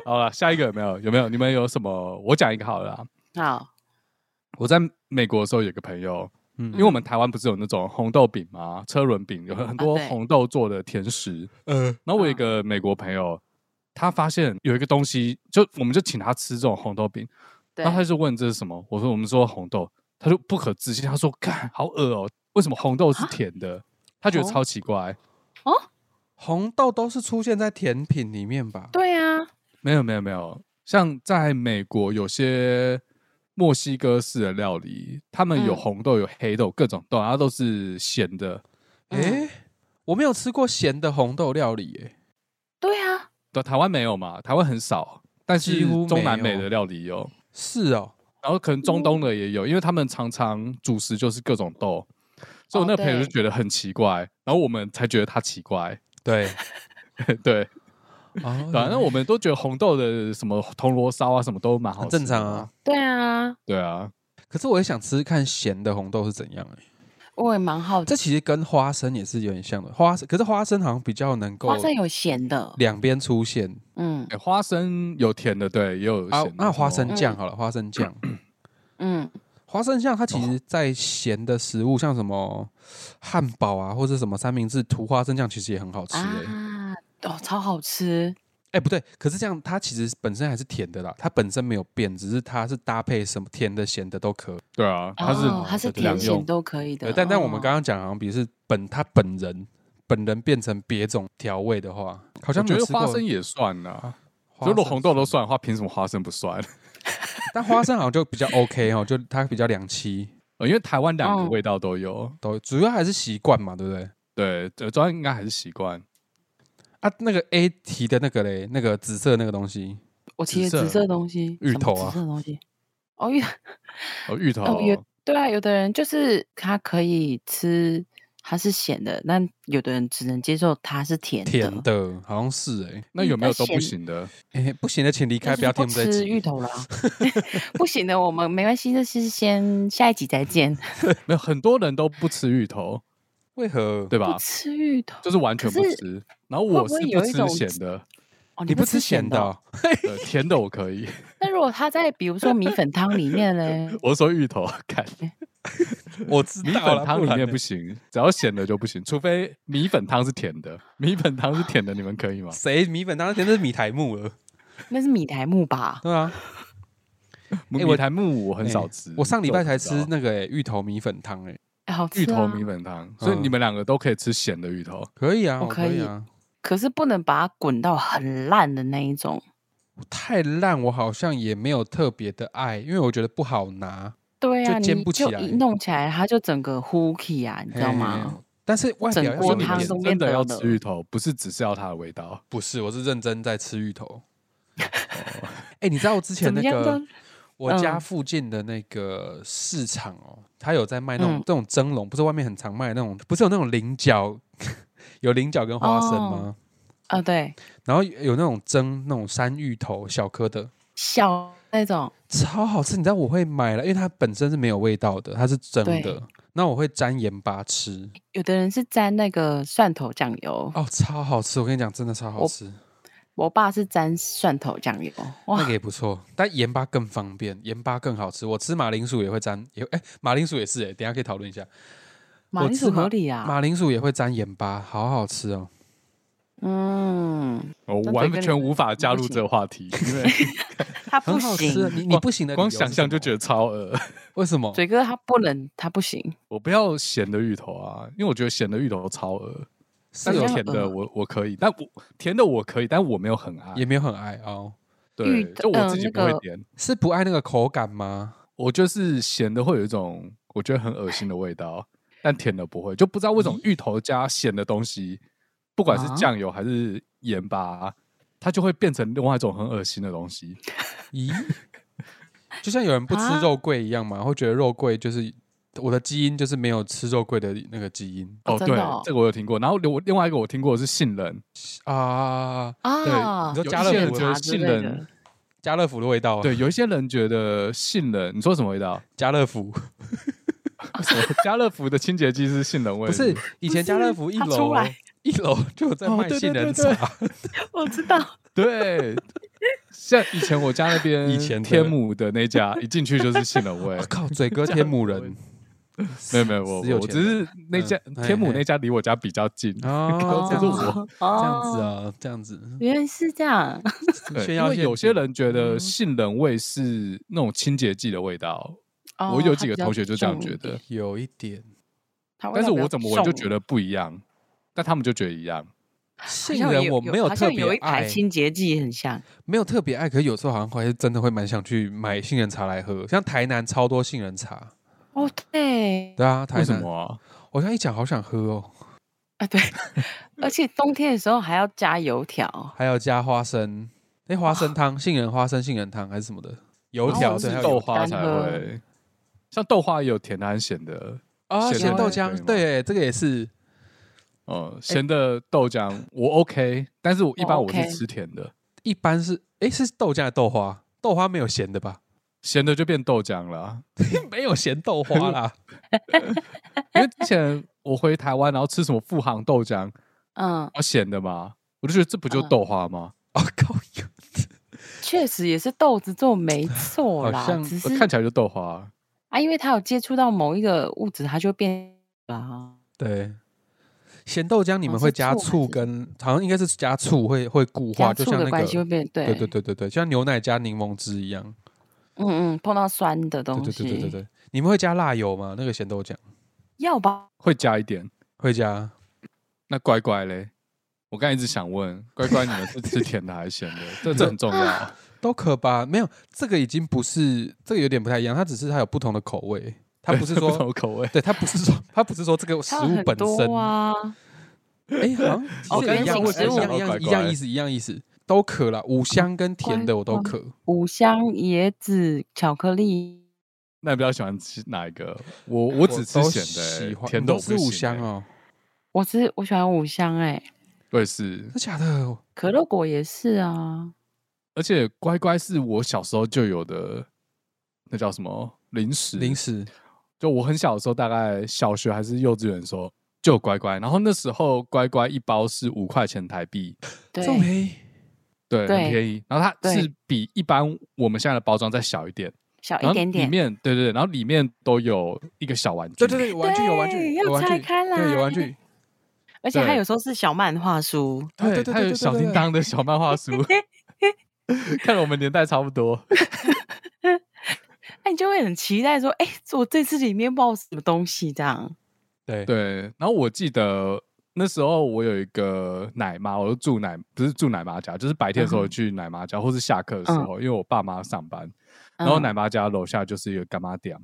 Speaker 1: 好了，下一个有没有？有没有？你们有什么？我讲一个好了啊。
Speaker 2: 好，
Speaker 1: 我在美国的时候有个朋友，
Speaker 3: 嗯
Speaker 1: 因为我们台湾不是有那种红豆饼嘛，车轮饼有很多
Speaker 2: 啊对嗯
Speaker 1: 红豆做的甜食。
Speaker 3: 呃，
Speaker 1: 然后我有一个美国朋友，他发现有一个东西，就我们就请他吃这种红豆饼，
Speaker 2: 对
Speaker 1: 然后他就问这是什么？我说我们说红豆，他就不可置信，他说看好恶哦、为什么红豆是甜的？他觉得
Speaker 2: 哦
Speaker 1: 超奇怪。
Speaker 3: 红豆都是出现在甜品里面吧？
Speaker 2: 对啊，
Speaker 1: 没有没有没有，像在美国有些墨西哥式的料理，他们有
Speaker 2: 嗯
Speaker 1: 红豆、有黑豆、各种豆，然后都是咸的。
Speaker 3: 哎，我没有吃过咸的红豆料理、欸诶
Speaker 2: 对啊，
Speaker 1: 对，台湾没有嘛，台湾很少，但是
Speaker 3: 几乎
Speaker 1: 中南
Speaker 3: 没有
Speaker 1: 美的料理有，
Speaker 3: 是哦，
Speaker 1: 然后可能中东的也有，因为他们常常主食就是各种豆，所以我
Speaker 2: 哦
Speaker 1: 那个朋友
Speaker 2: 对
Speaker 1: 就觉得很奇怪，然后我们才觉得他奇怪。
Speaker 3: 对，
Speaker 1: 对，
Speaker 3: 哦，
Speaker 1: 反啊正我们都觉得红豆的什么铜锣烧啊，什么都蛮好
Speaker 3: 很
Speaker 1: 吃的
Speaker 3: 正常啊。。
Speaker 2: 对啊，
Speaker 1: 对啊，
Speaker 3: 可是我也想吃吃看咸的红豆是怎样哎、
Speaker 2: 我也蛮好奇。
Speaker 3: 这其实跟花生也是有点像的，花生可是花生好像比较能够
Speaker 2: 花生有咸的，
Speaker 3: 两边出现
Speaker 2: 嗯
Speaker 1: 欸花生有甜的，对，也有
Speaker 3: 啊
Speaker 1: 咸的。。
Speaker 3: 那花生
Speaker 1: 哦
Speaker 3: 酱好了，花生酱，
Speaker 2: 嗯，
Speaker 3: 花生酱它其实在咸的食物，像什么汉堡啊，或者什么三明治涂花生酱，其实也很好吃哎、欸。
Speaker 2: 啊，哦，超好吃，
Speaker 3: 哎、不对，可是这样它其实本身还是甜的啦，它本身没有变，只是它是搭配什么甜的、咸的都可以。
Speaker 1: 对啊，它是
Speaker 2: 哦它是
Speaker 1: 两
Speaker 2: 甜
Speaker 1: 用
Speaker 2: 咸都可以的
Speaker 3: 对，。但但我们
Speaker 2: 哦
Speaker 3: 刚刚讲好像，比如是本他本人本人变成别种调味的话，好像
Speaker 1: 我
Speaker 3: 没
Speaker 1: 觉
Speaker 3: 有
Speaker 1: 得
Speaker 3: 吃过
Speaker 1: 花生也算呐，
Speaker 3: 花
Speaker 1: 如果
Speaker 3: 生
Speaker 1: 红豆都算的话，凭什么花生不算？
Speaker 3: 但花生好像就比较 OK 哦，就它比较两栖，
Speaker 1: 呃因为台湾两个
Speaker 2: 嗯
Speaker 1: 味道都有，
Speaker 3: 都主要还是习惯嘛，对不对？
Speaker 1: 对，呃主要应该还是习惯。
Speaker 3: 啊，那个 A 提的那个嘞，那个紫色那个东西，
Speaker 2: 我其实
Speaker 1: 紫色
Speaker 2: 紫色的东西，
Speaker 3: 芋
Speaker 2: 什么
Speaker 3: 头啊
Speaker 2: 紫色的东西。哦，芋
Speaker 1: 哦，芋头，
Speaker 2: 哦有对啊，有的人就是他可以吃，它是咸的，但有的人只能接受它是甜的。
Speaker 3: 甜的，好像是哎、
Speaker 1: 那
Speaker 2: 嗯
Speaker 1: 有没有
Speaker 2: 但
Speaker 1: 都不
Speaker 2: 咸
Speaker 1: 行的？
Speaker 3: 哎、不行的，请离
Speaker 2: 但
Speaker 3: 开，
Speaker 2: 是
Speaker 3: 不要
Speaker 2: 不
Speaker 3: 听我们这一
Speaker 2: 吃芋
Speaker 3: 集。
Speaker 2: 头啦， 不行的，我们没关系，那是先下一集再见。
Speaker 1: 没有，很多人都不吃芋头，
Speaker 3: 为何？
Speaker 1: 对
Speaker 2: 不
Speaker 1: 吧？
Speaker 2: 吃芋头，
Speaker 1: 就是完全不
Speaker 2: 可是
Speaker 1: 吃。然后
Speaker 2: 会
Speaker 1: 我
Speaker 2: 不
Speaker 1: 是
Speaker 2: 会有一
Speaker 1: 吃
Speaker 2: 种
Speaker 1: 咸的，
Speaker 2: 哦，
Speaker 3: 你
Speaker 2: 不
Speaker 3: 不吃咸
Speaker 2: 咸
Speaker 3: 的
Speaker 2: 哦
Speaker 3: 哦、
Speaker 1: 呃甜的我可以。，
Speaker 2: 那如果它在比如说米粉汤里面嘞
Speaker 1: 我说芋头， 看
Speaker 3: 我知
Speaker 1: 哦米
Speaker 3: 道
Speaker 1: 粉
Speaker 3: 了，
Speaker 1: 汤
Speaker 3: 不
Speaker 1: 里
Speaker 3: 然
Speaker 1: 面
Speaker 3: 嘞
Speaker 1: 不行，只要咸的就不行，除非米粉汤是甜的。米粉汤是甜的，你们可 以吗？
Speaker 3: 谁米粉当甜的是米苔木了，
Speaker 2: 那是米苔木吧？
Speaker 3: 对啊，
Speaker 1: 米
Speaker 3: 哎我
Speaker 1: 苔木我很
Speaker 3: 欸
Speaker 1: 少吃，
Speaker 3: 我上礼
Speaker 1: 这
Speaker 3: 拜
Speaker 1: 不
Speaker 3: 才
Speaker 1: 知
Speaker 3: 吃
Speaker 1: 道
Speaker 3: 那个、欸、芋头米粉汤哎、
Speaker 2: 哎好吃
Speaker 1: 芋头
Speaker 2: 啊
Speaker 1: 米粉汤，所以
Speaker 3: 嗯
Speaker 1: 你们两个都可以吃咸的芋头。
Speaker 3: 可以啊，
Speaker 2: 我
Speaker 3: 我
Speaker 2: 可
Speaker 3: 可以
Speaker 2: 以
Speaker 3: 啊，
Speaker 2: 可是不能把它滚到很烂的那一种。
Speaker 3: 太烂我好像也没有特别的爱，因为我觉得不好拿。
Speaker 2: 对
Speaker 3: 就
Speaker 2: 啊，
Speaker 3: 煎
Speaker 2: 你
Speaker 3: 不起
Speaker 2: 就
Speaker 3: 来
Speaker 2: 一弄起来，它就整个糊起啊，你知道
Speaker 3: 嘿
Speaker 2: 吗？？
Speaker 3: 但是外
Speaker 2: 整
Speaker 3: 表要
Speaker 2: 锅
Speaker 1: 说
Speaker 3: 有
Speaker 1: 你
Speaker 3: 一
Speaker 2: 汤
Speaker 3: 点
Speaker 2: 都
Speaker 1: 真的要
Speaker 2: 面
Speaker 1: 吃
Speaker 2: 得了
Speaker 1: 芋头，不是只是要它的味道。
Speaker 3: 不是，我是认真在 吃芋头。哦哎、你知道我之前
Speaker 2: 怎
Speaker 3: 那
Speaker 2: 么样
Speaker 3: 个
Speaker 2: 都
Speaker 3: 我家
Speaker 2: 嗯
Speaker 3: 附近的那个市场哦，它有在卖那种、
Speaker 2: 嗯
Speaker 3: 这种蒸笼，不是外面很常卖的那种，不是有那种菱角， 有菱角跟花生
Speaker 2: 哦
Speaker 3: 吗？
Speaker 2: 啊，对，
Speaker 3: 然后有那种蒸那种山芋头小颗的，
Speaker 2: 小那种，
Speaker 3: 超好吃。你知道我会买了，因为它本身是没有味道的，它是蒸
Speaker 2: 对
Speaker 3: 的。那我会沾盐巴吃，
Speaker 2: 有的人是沾那个蒜头酱油，
Speaker 3: 哦，超好吃！我跟你讲，真的超好
Speaker 2: 我
Speaker 3: 吃，
Speaker 2: 我爸是沾蒜头酱油，
Speaker 3: 那
Speaker 2: 哇，
Speaker 3: 个也不错，但盐巴更方便，盐巴更好吃。我吃马铃薯也会沾，也哎、马铃薯也是哎、等一下可以讨论一下。
Speaker 2: 马
Speaker 3: 我
Speaker 2: 铃
Speaker 3: 吃
Speaker 2: 薯合
Speaker 3: 马
Speaker 2: 理啊，
Speaker 3: 马铃薯也会沾盐巴，好好吃哦。
Speaker 2: 嗯，
Speaker 1: 哦我
Speaker 2: 那
Speaker 1: 完
Speaker 2: 整个
Speaker 1: 全
Speaker 2: 人
Speaker 1: 无法加入
Speaker 2: 不行
Speaker 1: 这个话 题，因为
Speaker 2: 他不
Speaker 3: 很好吃啊，
Speaker 2: 行，
Speaker 3: 你你不行的理由
Speaker 1: 光
Speaker 3: 是
Speaker 1: 想象就
Speaker 3: 什
Speaker 1: 觉
Speaker 3: 么
Speaker 1: 得超饿。
Speaker 3: 为什么？
Speaker 2: 嘴哥他不能，他不行，
Speaker 1: 我不要咸的芋头啊，因为我觉得咸的芋头超饿。
Speaker 3: 是
Speaker 1: 但
Speaker 3: 有
Speaker 1: 是
Speaker 2: 这样
Speaker 1: 甜的
Speaker 2: 呃
Speaker 1: 我我可以，但我甜的我可以，但我没有很爱
Speaker 3: 也。没有很爱哦，
Speaker 1: 对
Speaker 2: 芋，头
Speaker 1: 就我
Speaker 2: 呃
Speaker 1: 自己
Speaker 2: 那
Speaker 1: 不会
Speaker 2: 个
Speaker 1: 点，
Speaker 3: 是不爱那个口感吗？
Speaker 1: 我就是咸的会有一种我觉得很恶心的味道，但甜的不会，就不知道为什么芋头加咸的东西，不管是
Speaker 2: 啊
Speaker 1: 酱油还是盐巴，它就会变成另外一种很恶心的东西。
Speaker 3: 咦，就像有人不吃
Speaker 2: 啊
Speaker 3: 肉桂一样嘛，会觉得肉桂就是我的基因就是没有吃肉桂的那个基因
Speaker 2: 哦真
Speaker 1: 对
Speaker 2: 的哦，
Speaker 1: 这个我有听过。然后我另外一个我听过的是杏仁，
Speaker 3: 啊。
Speaker 2: 啊，
Speaker 3: 你
Speaker 1: 有
Speaker 3: 说加
Speaker 1: 一
Speaker 3: 热
Speaker 1: 些人
Speaker 3: 虎
Speaker 1: 觉
Speaker 3: 茶
Speaker 1: 得
Speaker 2: 之
Speaker 1: 杏
Speaker 2: 类
Speaker 1: 仁
Speaker 2: 的，
Speaker 3: 家乐福的味道啊，
Speaker 1: 对，有一些人觉得杏仁，你说什么味 道？
Speaker 3: 家乐福
Speaker 2: 哦
Speaker 1: 什么家乐福的清洁剂是杏仁味？
Speaker 3: 不是以前家乐福一
Speaker 2: 它出
Speaker 3: 楼
Speaker 2: 来
Speaker 3: 一楼就有在
Speaker 1: 哦
Speaker 3: 卖
Speaker 1: 对对
Speaker 3: 杏
Speaker 1: 对
Speaker 3: 仁
Speaker 1: 对
Speaker 3: 茶，
Speaker 2: 我知道，
Speaker 1: 对，像以前我家那边，
Speaker 3: 以前的
Speaker 1: 天母的那家，一进去就是杏仁味
Speaker 2: 哦
Speaker 3: 我。啊靠，嘴哥天母人
Speaker 1: 没有没有，我
Speaker 3: 死有
Speaker 1: 我
Speaker 3: 钱
Speaker 1: 只是那家
Speaker 2: 哎
Speaker 3: 嗯
Speaker 1: 天母
Speaker 3: 嘿嘿
Speaker 1: 那家离我家比较近，
Speaker 2: 啊
Speaker 3: 哦，
Speaker 1: 这
Speaker 3: 这
Speaker 1: 是
Speaker 3: 样子
Speaker 1: 我
Speaker 3: 这样子
Speaker 2: 哦，
Speaker 3: 啊，这样子
Speaker 2: 原来是这样，
Speaker 1: 对
Speaker 3: 炫
Speaker 1: 因
Speaker 3: 耀
Speaker 1: 为
Speaker 3: 陷
Speaker 1: 有些
Speaker 3: 阱
Speaker 1: 人觉得
Speaker 3: 嗯
Speaker 1: 杏仁味是那种清洁剂的味道，
Speaker 2: 哦
Speaker 1: 我有
Speaker 2: 它
Speaker 1: 几个
Speaker 2: 比较
Speaker 1: 同学就这样
Speaker 2: 重
Speaker 1: 觉
Speaker 2: 一点
Speaker 1: 得，
Speaker 3: 有一点
Speaker 2: 它味
Speaker 1: 但
Speaker 2: 道
Speaker 1: 是
Speaker 2: 比
Speaker 1: 我
Speaker 2: 较
Speaker 1: 怎么闻就
Speaker 2: 重
Speaker 1: 觉得不一样，但他们就觉得一样。
Speaker 2: 好
Speaker 3: 杏
Speaker 2: 像
Speaker 3: 仁，我没
Speaker 2: 有好
Speaker 3: 特
Speaker 2: 像
Speaker 3: 别
Speaker 2: 有一台
Speaker 3: 爱，
Speaker 2: 清洁剂很像，
Speaker 3: 没有特别爱，可是有时候好像还是真的会蛮想去买杏仁茶来喝，像台南超多杏仁茶，
Speaker 2: 哦，对，
Speaker 3: 对啊，台
Speaker 1: 为什
Speaker 3: 南
Speaker 1: 么啊？
Speaker 3: 我现在一讲好想喝哦，
Speaker 2: 啊对，而且冬天的时候还要加油条，
Speaker 3: 还有加花生，哎，花生汤，杏仁花生杏仁汤还是什么的，油
Speaker 2: 哦
Speaker 3: 条
Speaker 2: 我
Speaker 3: 啊对
Speaker 1: 是
Speaker 3: 还有油
Speaker 1: 豆
Speaker 3: 条
Speaker 1: 花才
Speaker 2: 干喝
Speaker 1: 会，像豆花也有甜的和咸的，
Speaker 3: 啊，
Speaker 1: 咸
Speaker 3: 咸
Speaker 2: 的
Speaker 3: 豆
Speaker 2: 也
Speaker 1: 可以
Speaker 3: 浆，
Speaker 1: 吗
Speaker 3: 对，这个也是。
Speaker 1: 呃，
Speaker 3: 哎
Speaker 1: 咸的豆浆我 OK，但是我一
Speaker 2: 我
Speaker 1: 般
Speaker 3: 哦
Speaker 1: 我
Speaker 2: OK
Speaker 1: 是吃甜的，
Speaker 3: 一般是哎是豆浆还是豆花，豆花没有咸的吧？
Speaker 1: 咸的就变豆浆了啊。
Speaker 3: 没有咸豆花啦，
Speaker 1: 因为之前我回台湾，然后吃什么富航豆浆，然
Speaker 2: 嗯，
Speaker 1: 后咸的嘛，我就觉得这不就
Speaker 2: 嗯
Speaker 1: 豆花吗？
Speaker 3: 哦靠，
Speaker 2: 确实也是豆子做没错
Speaker 3: 好
Speaker 2: 啦
Speaker 3: 像，呃
Speaker 2: 只
Speaker 1: 我
Speaker 2: 是
Speaker 1: 呃看起来就豆花啊。
Speaker 2: 啊，因为它有接触到某一个物质，它就变啦。
Speaker 3: 对，咸豆浆你
Speaker 2: 哦
Speaker 3: 们
Speaker 2: 是
Speaker 3: 会加
Speaker 2: 醋还
Speaker 3: 醋
Speaker 2: 是
Speaker 3: 跟，好像应该是加醋会会固化，
Speaker 2: 加
Speaker 3: 就
Speaker 2: 醋
Speaker 3: 像
Speaker 2: 的
Speaker 3: 那
Speaker 2: 关系会
Speaker 3: 个。
Speaker 2: 变对
Speaker 3: 对对，对对对，像牛奶加柠檬汁一样。
Speaker 2: 嗯嗯，碰到酸的
Speaker 3: 对
Speaker 2: 东
Speaker 3: 对
Speaker 2: 西，
Speaker 3: 对对对对，你们会加辣油吗？那个咸豆浆
Speaker 2: 要吧？
Speaker 1: 会加一点。
Speaker 3: 会加
Speaker 1: 那乖乖嘞，我刚才一直想问乖乖，你们是吃甜的还是咸的？这这很重 要。
Speaker 3: 都可吧？没有，这个已经不是这个有点不太一样，它只是它有不同的口味，它不 是
Speaker 1: 不
Speaker 3: 说
Speaker 1: 同口味，
Speaker 3: 对，它不是说它不是说这个食
Speaker 2: 它有
Speaker 3: 物
Speaker 2: 很
Speaker 3: 本身
Speaker 2: 多啊，
Speaker 3: 哎，好像其
Speaker 2: 哦
Speaker 3: 实
Speaker 2: 跟
Speaker 3: 也一样，
Speaker 2: 性食
Speaker 3: 一
Speaker 2: 物哦
Speaker 3: 样
Speaker 1: 乖
Speaker 3: 一
Speaker 1: 乖
Speaker 3: 样一样意思，一样意思，都可啦。五香跟甜的我都可，
Speaker 2: 五香、椰子、巧克力，
Speaker 1: 那你比较喜欢吃哪一个？我我只吃
Speaker 3: 都
Speaker 1: 咸
Speaker 3: 喜
Speaker 1: 的欸，
Speaker 3: 欢
Speaker 1: 甜
Speaker 3: 你
Speaker 1: 的
Speaker 3: 都
Speaker 1: 我
Speaker 3: 吃
Speaker 1: 不
Speaker 3: 五
Speaker 1: 行
Speaker 3: 香
Speaker 1: 欸。
Speaker 3: 哦，
Speaker 2: 我是我喜欢五香哎、
Speaker 1: 对，是
Speaker 3: 真，的假的？
Speaker 2: 可乐果也是啊，
Speaker 1: 而且乖乖是我小时候就有的，那叫什么零食？
Speaker 3: 零食
Speaker 1: 就我很小的时候，大概小学还是幼稚园的时候，就有乖乖。然后那时候乖乖一包是五块钱台币，
Speaker 2: 对，
Speaker 3: 这么便宜
Speaker 1: 对，
Speaker 2: 对
Speaker 1: 很便宜。然后它
Speaker 2: 对
Speaker 1: 是比一般我们现在的包装再小一点，
Speaker 2: 小
Speaker 1: 然
Speaker 2: 一
Speaker 1: 后
Speaker 2: 点
Speaker 1: 里
Speaker 2: 点，
Speaker 1: 面对对，对然后里面都有一个小玩具，
Speaker 3: 对对对，有玩具有玩具
Speaker 2: 对
Speaker 3: 有
Speaker 2: 要
Speaker 3: 玩
Speaker 2: 拆
Speaker 3: 具，
Speaker 2: 开
Speaker 3: 对，有玩
Speaker 2: 来
Speaker 3: 具，
Speaker 2: 而且它
Speaker 1: 对
Speaker 2: 有时候是小漫画书，
Speaker 3: 啊对
Speaker 1: 对，
Speaker 3: 对
Speaker 1: 它
Speaker 3: 对
Speaker 1: 有
Speaker 3: 对
Speaker 1: 小
Speaker 3: 对
Speaker 1: 叮
Speaker 3: 对
Speaker 1: 当的小漫画 书，看来我们年代差不多。
Speaker 2: 那你就会很期待说，哎、我这次里面包什么东西这样？
Speaker 3: 对对
Speaker 1: 对，然后我记得那时候我有一个奶妈，我就住奶不是住奶妈家，就是白天的时候
Speaker 2: 嗯
Speaker 1: 去奶妈家，或是下课的时
Speaker 2: 嗯
Speaker 1: 候，因为我爸妈上班，然后
Speaker 2: 嗯
Speaker 1: 奶妈家楼下就是一个干妈店。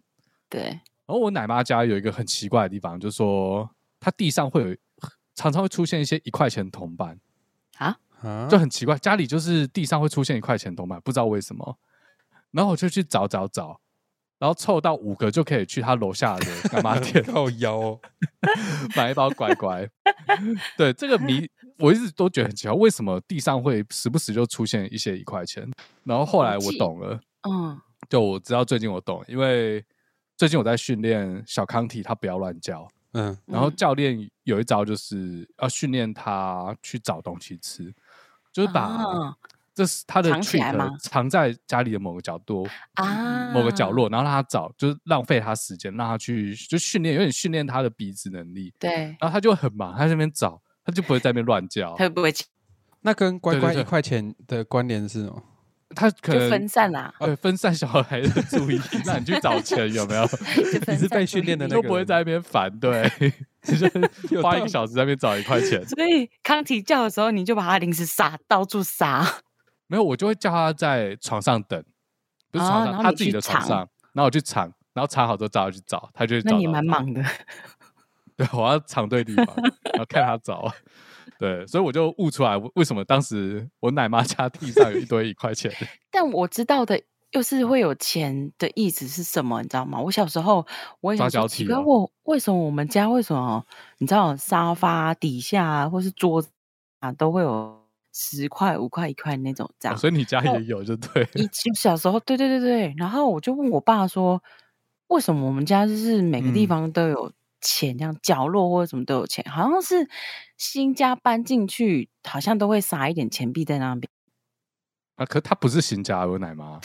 Speaker 2: 对，
Speaker 1: 然后我奶妈家有一个很奇怪的地方，就是说它地上会有常常会出现一些一块钱铜板，
Speaker 3: 啊，
Speaker 1: 就很奇怪，家里就是地上会出现一块钱铜板，不知道为什么。然后我就去找找找，然后凑到五个就可以去他楼下的干嘛店
Speaker 3: 靠腰哦，
Speaker 1: 买一包乖乖。对这个谜，我一直都觉得很奇怪，为什么地上会时不时就出现一些一块钱？然后后来我
Speaker 2: 记
Speaker 1: 懂了，
Speaker 2: 嗯，
Speaker 1: 就我知道最近我懂，因为最近我在训练小康体，他不要乱叫。
Speaker 3: 嗯，
Speaker 1: 然后
Speaker 2: 嗯
Speaker 1: 教练有一招就是要训练他去找东西吃，就是把
Speaker 2: 啊
Speaker 1: 这是他的
Speaker 2: 藏起来
Speaker 1: trick
Speaker 2: 吗
Speaker 1: 藏在家里的某个角落
Speaker 2: 啊
Speaker 1: 嗯某个角落，然后让他找，就是浪费他时间，让他去就训练，有点训练他的鼻子能力。
Speaker 2: 对，
Speaker 1: 然后他就很忙，他在那边找，他就不会在那边乱叫
Speaker 2: 他，会不会起
Speaker 3: 那跟乖
Speaker 1: 对对
Speaker 3: 乖
Speaker 1: 对
Speaker 3: 一块钱的关联是哦，
Speaker 1: 他可
Speaker 2: 就
Speaker 1: 能
Speaker 2: 分散啦，
Speaker 1: 对分散小孩的注意力，让你去找钱有没 有？
Speaker 2: 就分
Speaker 3: 你是
Speaker 2: 散
Speaker 3: 被
Speaker 2: 注
Speaker 3: 训
Speaker 2: 意
Speaker 3: 练的
Speaker 2: 力
Speaker 1: 你
Speaker 3: 那
Speaker 1: 都
Speaker 3: 个
Speaker 1: 不会
Speaker 3: 人
Speaker 1: 在那边烦，对，就是
Speaker 3: 有
Speaker 1: 花一
Speaker 3: 道
Speaker 1: 个
Speaker 3: 理
Speaker 1: 小时在那边找一块钱。
Speaker 2: 所以康体叫的时候，你就把他零食撒，到处撒。
Speaker 1: 没有，我就会叫他在床上等，不是
Speaker 2: 哦
Speaker 1: 床上，
Speaker 2: 然后
Speaker 1: 他
Speaker 2: 你
Speaker 1: 自己
Speaker 2: 去
Speaker 1: 的床
Speaker 2: 藏
Speaker 1: 上，然后我去藏，然后藏好之后找他去找，他就会找嗯
Speaker 2: 那
Speaker 1: 到。
Speaker 2: 你蛮，忙的，
Speaker 1: 对，我要藏对地方，然后看他找。对，所以我就悟出来为什么当时我奶妈家地上有一堆一块钱。
Speaker 2: 但我知道的又是会有钱的意思是什么，你知道吗？我小时候我也
Speaker 1: 抓
Speaker 2: 想
Speaker 1: 交
Speaker 2: 说奇
Speaker 1: 替
Speaker 2: 怪，
Speaker 1: 哦
Speaker 2: 我为什么我们家为什么你知道沙发底下啊或是桌子啊都会有十块、五块、一块那种这
Speaker 1: 哦
Speaker 2: 样？
Speaker 1: 所以你家
Speaker 2: 啊那
Speaker 1: 也有，就 对。
Speaker 2: 以前小时候，对对对对，然后我就问我爸说，为什么我们家就是每个地
Speaker 1: 嗯
Speaker 2: 方都有钱，这样角落或者什么都有钱，好像是新家搬进去，好像都会撒一点钱币在那边，
Speaker 1: 啊，可他不是新家，我奶妈。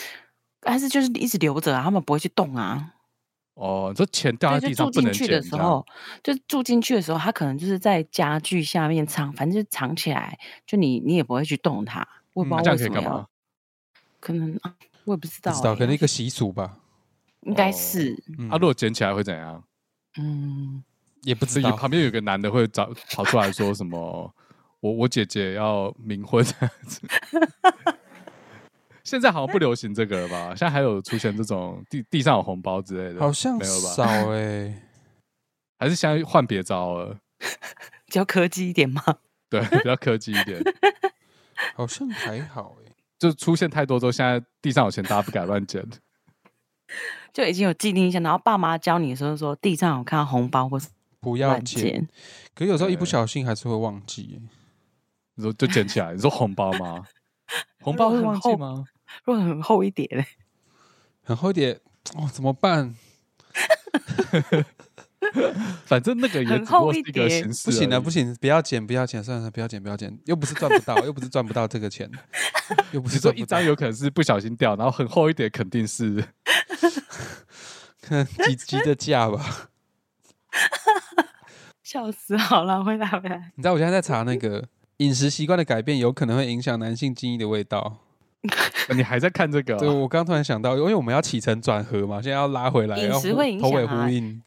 Speaker 2: 但是就是一直留着啊，他们不会去动啊。
Speaker 1: 哦，你说钱掉
Speaker 2: 对，
Speaker 1: 在
Speaker 2: 就
Speaker 1: 地
Speaker 2: 住
Speaker 1: 上不
Speaker 2: 进
Speaker 1: 能
Speaker 2: 去
Speaker 1: 捡，
Speaker 2: 的时
Speaker 1: 这样
Speaker 2: 候，就住进去的时候，他可能就是在家具下面藏，反正就藏起来，就你你也不会去动它。我也不
Speaker 3: 嗯
Speaker 1: 那
Speaker 2: 知
Speaker 1: 这样可以
Speaker 2: 道为什么
Speaker 1: 干
Speaker 2: 要，
Speaker 1: 嘛？
Speaker 2: 可能啊我也不知
Speaker 3: 不
Speaker 2: 道、
Speaker 3: 知
Speaker 2: 欸，
Speaker 3: 道，可能
Speaker 2: 要
Speaker 3: 一个习俗吧，
Speaker 2: 应该
Speaker 1: 哦
Speaker 2: 是、
Speaker 3: 嗯
Speaker 1: 啊，如果捡起来会怎样？
Speaker 2: 嗯。
Speaker 3: 也不知
Speaker 1: 有
Speaker 3: 道，
Speaker 1: 旁边有个男的会找跑出来说什么，我我姐姐要冥婚这样子。 现在好像不流行这个了吧？现在还有出现这种地地上有红包之类的，
Speaker 3: 好像
Speaker 1: 没有
Speaker 3: 少
Speaker 1: 吧？
Speaker 3: 哎，
Speaker 1: 还是现在换别招了，
Speaker 2: 比较科技一点吗？
Speaker 1: 对， 比较科技一点。
Speaker 3: 好像还好哎，
Speaker 1: 就出现太多之后，现在地上有钱，大家不敢乱捡。
Speaker 2: 就已经有既定印象，然后爸妈教你的时候说地上有看到红包或是
Speaker 3: 不要
Speaker 2: 乱
Speaker 3: 捡，
Speaker 2: 捡，
Speaker 3: 可有时候一不
Speaker 1: 对
Speaker 3: 小心还是会忘记欸，
Speaker 1: 你说就捡起来，你说红包吗？红包会忘记吗？
Speaker 2: 如果很厚一叠嘞，
Speaker 3: 很厚一点哦，怎么办？
Speaker 1: 反正那个也只
Speaker 2: 很
Speaker 1: 不过
Speaker 2: 厚
Speaker 1: 是啊
Speaker 2: 一
Speaker 1: 一个
Speaker 2: 叠
Speaker 1: 形式，
Speaker 3: 不行了，啊不。行，不要捡，不要捡，算了，不要捡，不要捡，又不是赚不到，又不是赚不到这个钱，又不
Speaker 1: 你
Speaker 3: 是
Speaker 1: 说
Speaker 3: 赚
Speaker 1: 一
Speaker 3: 不到
Speaker 1: 张，有可能是不小心掉，然后很厚一点，肯定是
Speaker 3: 可能急急着价吧。
Speaker 2: 笑死！好了，回来回来，
Speaker 3: 你知道我现在在查那个饮食习惯的改变，有可能会影响男性精液的味道。
Speaker 1: 你还在看这个啊、
Speaker 3: 对，我刚突然想到，因为我们要起承转合嘛，现在要拉回来，
Speaker 2: 饮
Speaker 3: 要
Speaker 2: 食
Speaker 3: 呼
Speaker 2: 会影
Speaker 3: 头尾
Speaker 2: 响啊
Speaker 3: 呼应。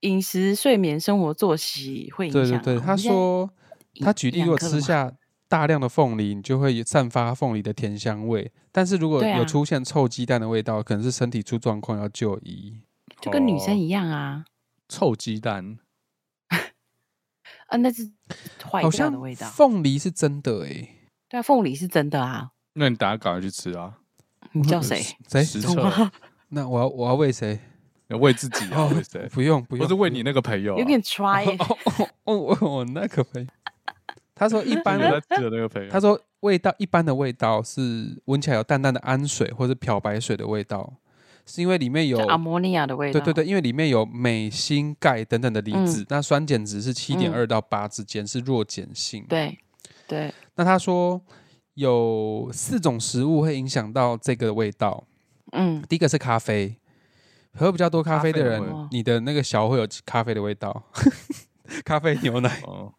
Speaker 2: 饮食、睡眠、生活作息会影
Speaker 3: 对
Speaker 2: 响
Speaker 3: 对
Speaker 2: 啊。
Speaker 3: 对，
Speaker 2: 我
Speaker 3: 他
Speaker 2: 们现在
Speaker 3: 说
Speaker 2: 营
Speaker 3: 他举例，
Speaker 2: 营
Speaker 3: 如
Speaker 2: 养
Speaker 3: 果
Speaker 2: 课了
Speaker 3: 吃
Speaker 2: 嘛
Speaker 3: 下大量的凤梨，你就会散发凤梨的甜香味，但是如果
Speaker 2: 对啊
Speaker 3: 有出现臭鸡蛋的味道，可能是身体出状况要就医。
Speaker 2: 就跟女生
Speaker 1: 哦
Speaker 2: 一样啊，
Speaker 1: 臭鸡蛋，
Speaker 2: 啊，那是坏
Speaker 3: 好
Speaker 2: 掉
Speaker 3: 像
Speaker 2: 的味道。
Speaker 3: 凤梨是真的欸诶、
Speaker 2: 对啊，凤梨是真的啊，
Speaker 1: 那你等下赶快去吃啊！
Speaker 2: 你 叫谁？
Speaker 3: 谁？
Speaker 1: 实
Speaker 2: 懂
Speaker 1: 测
Speaker 2: 吗？
Speaker 3: 那我要我要喂谁？
Speaker 1: 要为自己啊，
Speaker 3: 哦
Speaker 1: 为谁？
Speaker 3: 不用不用，
Speaker 1: 或是为
Speaker 3: 不
Speaker 1: 你
Speaker 3: 用。
Speaker 1: 那个朋友啊，
Speaker 2: 有点 try，欸
Speaker 3: 哦哦哦哦哦，那可没。他说一般
Speaker 1: 你
Speaker 3: 的
Speaker 1: 在
Speaker 2: 啊
Speaker 1: 吃的那个朋友。 啊
Speaker 3: 他说味道一般的味道是闻起来有淡淡的氨水或者漂白水的味道，是因为里面有
Speaker 2: 就阿莫尼亚的嗯味道。
Speaker 3: 对对对，因为里面有镁、锌、钙等等的离子，那酸碱值是七点二到八之间，是弱碱性。，
Speaker 2: 嗯对对，
Speaker 3: 那他说有四种食物会影响到这个味道，
Speaker 2: 嗯，
Speaker 3: 第一个是咖啡。喝比较多咖啡的人
Speaker 1: 咖啡
Speaker 2: 味，
Speaker 3: 你的那个小会有咖啡的味 道，咖啡牛奶，
Speaker 1: 哦，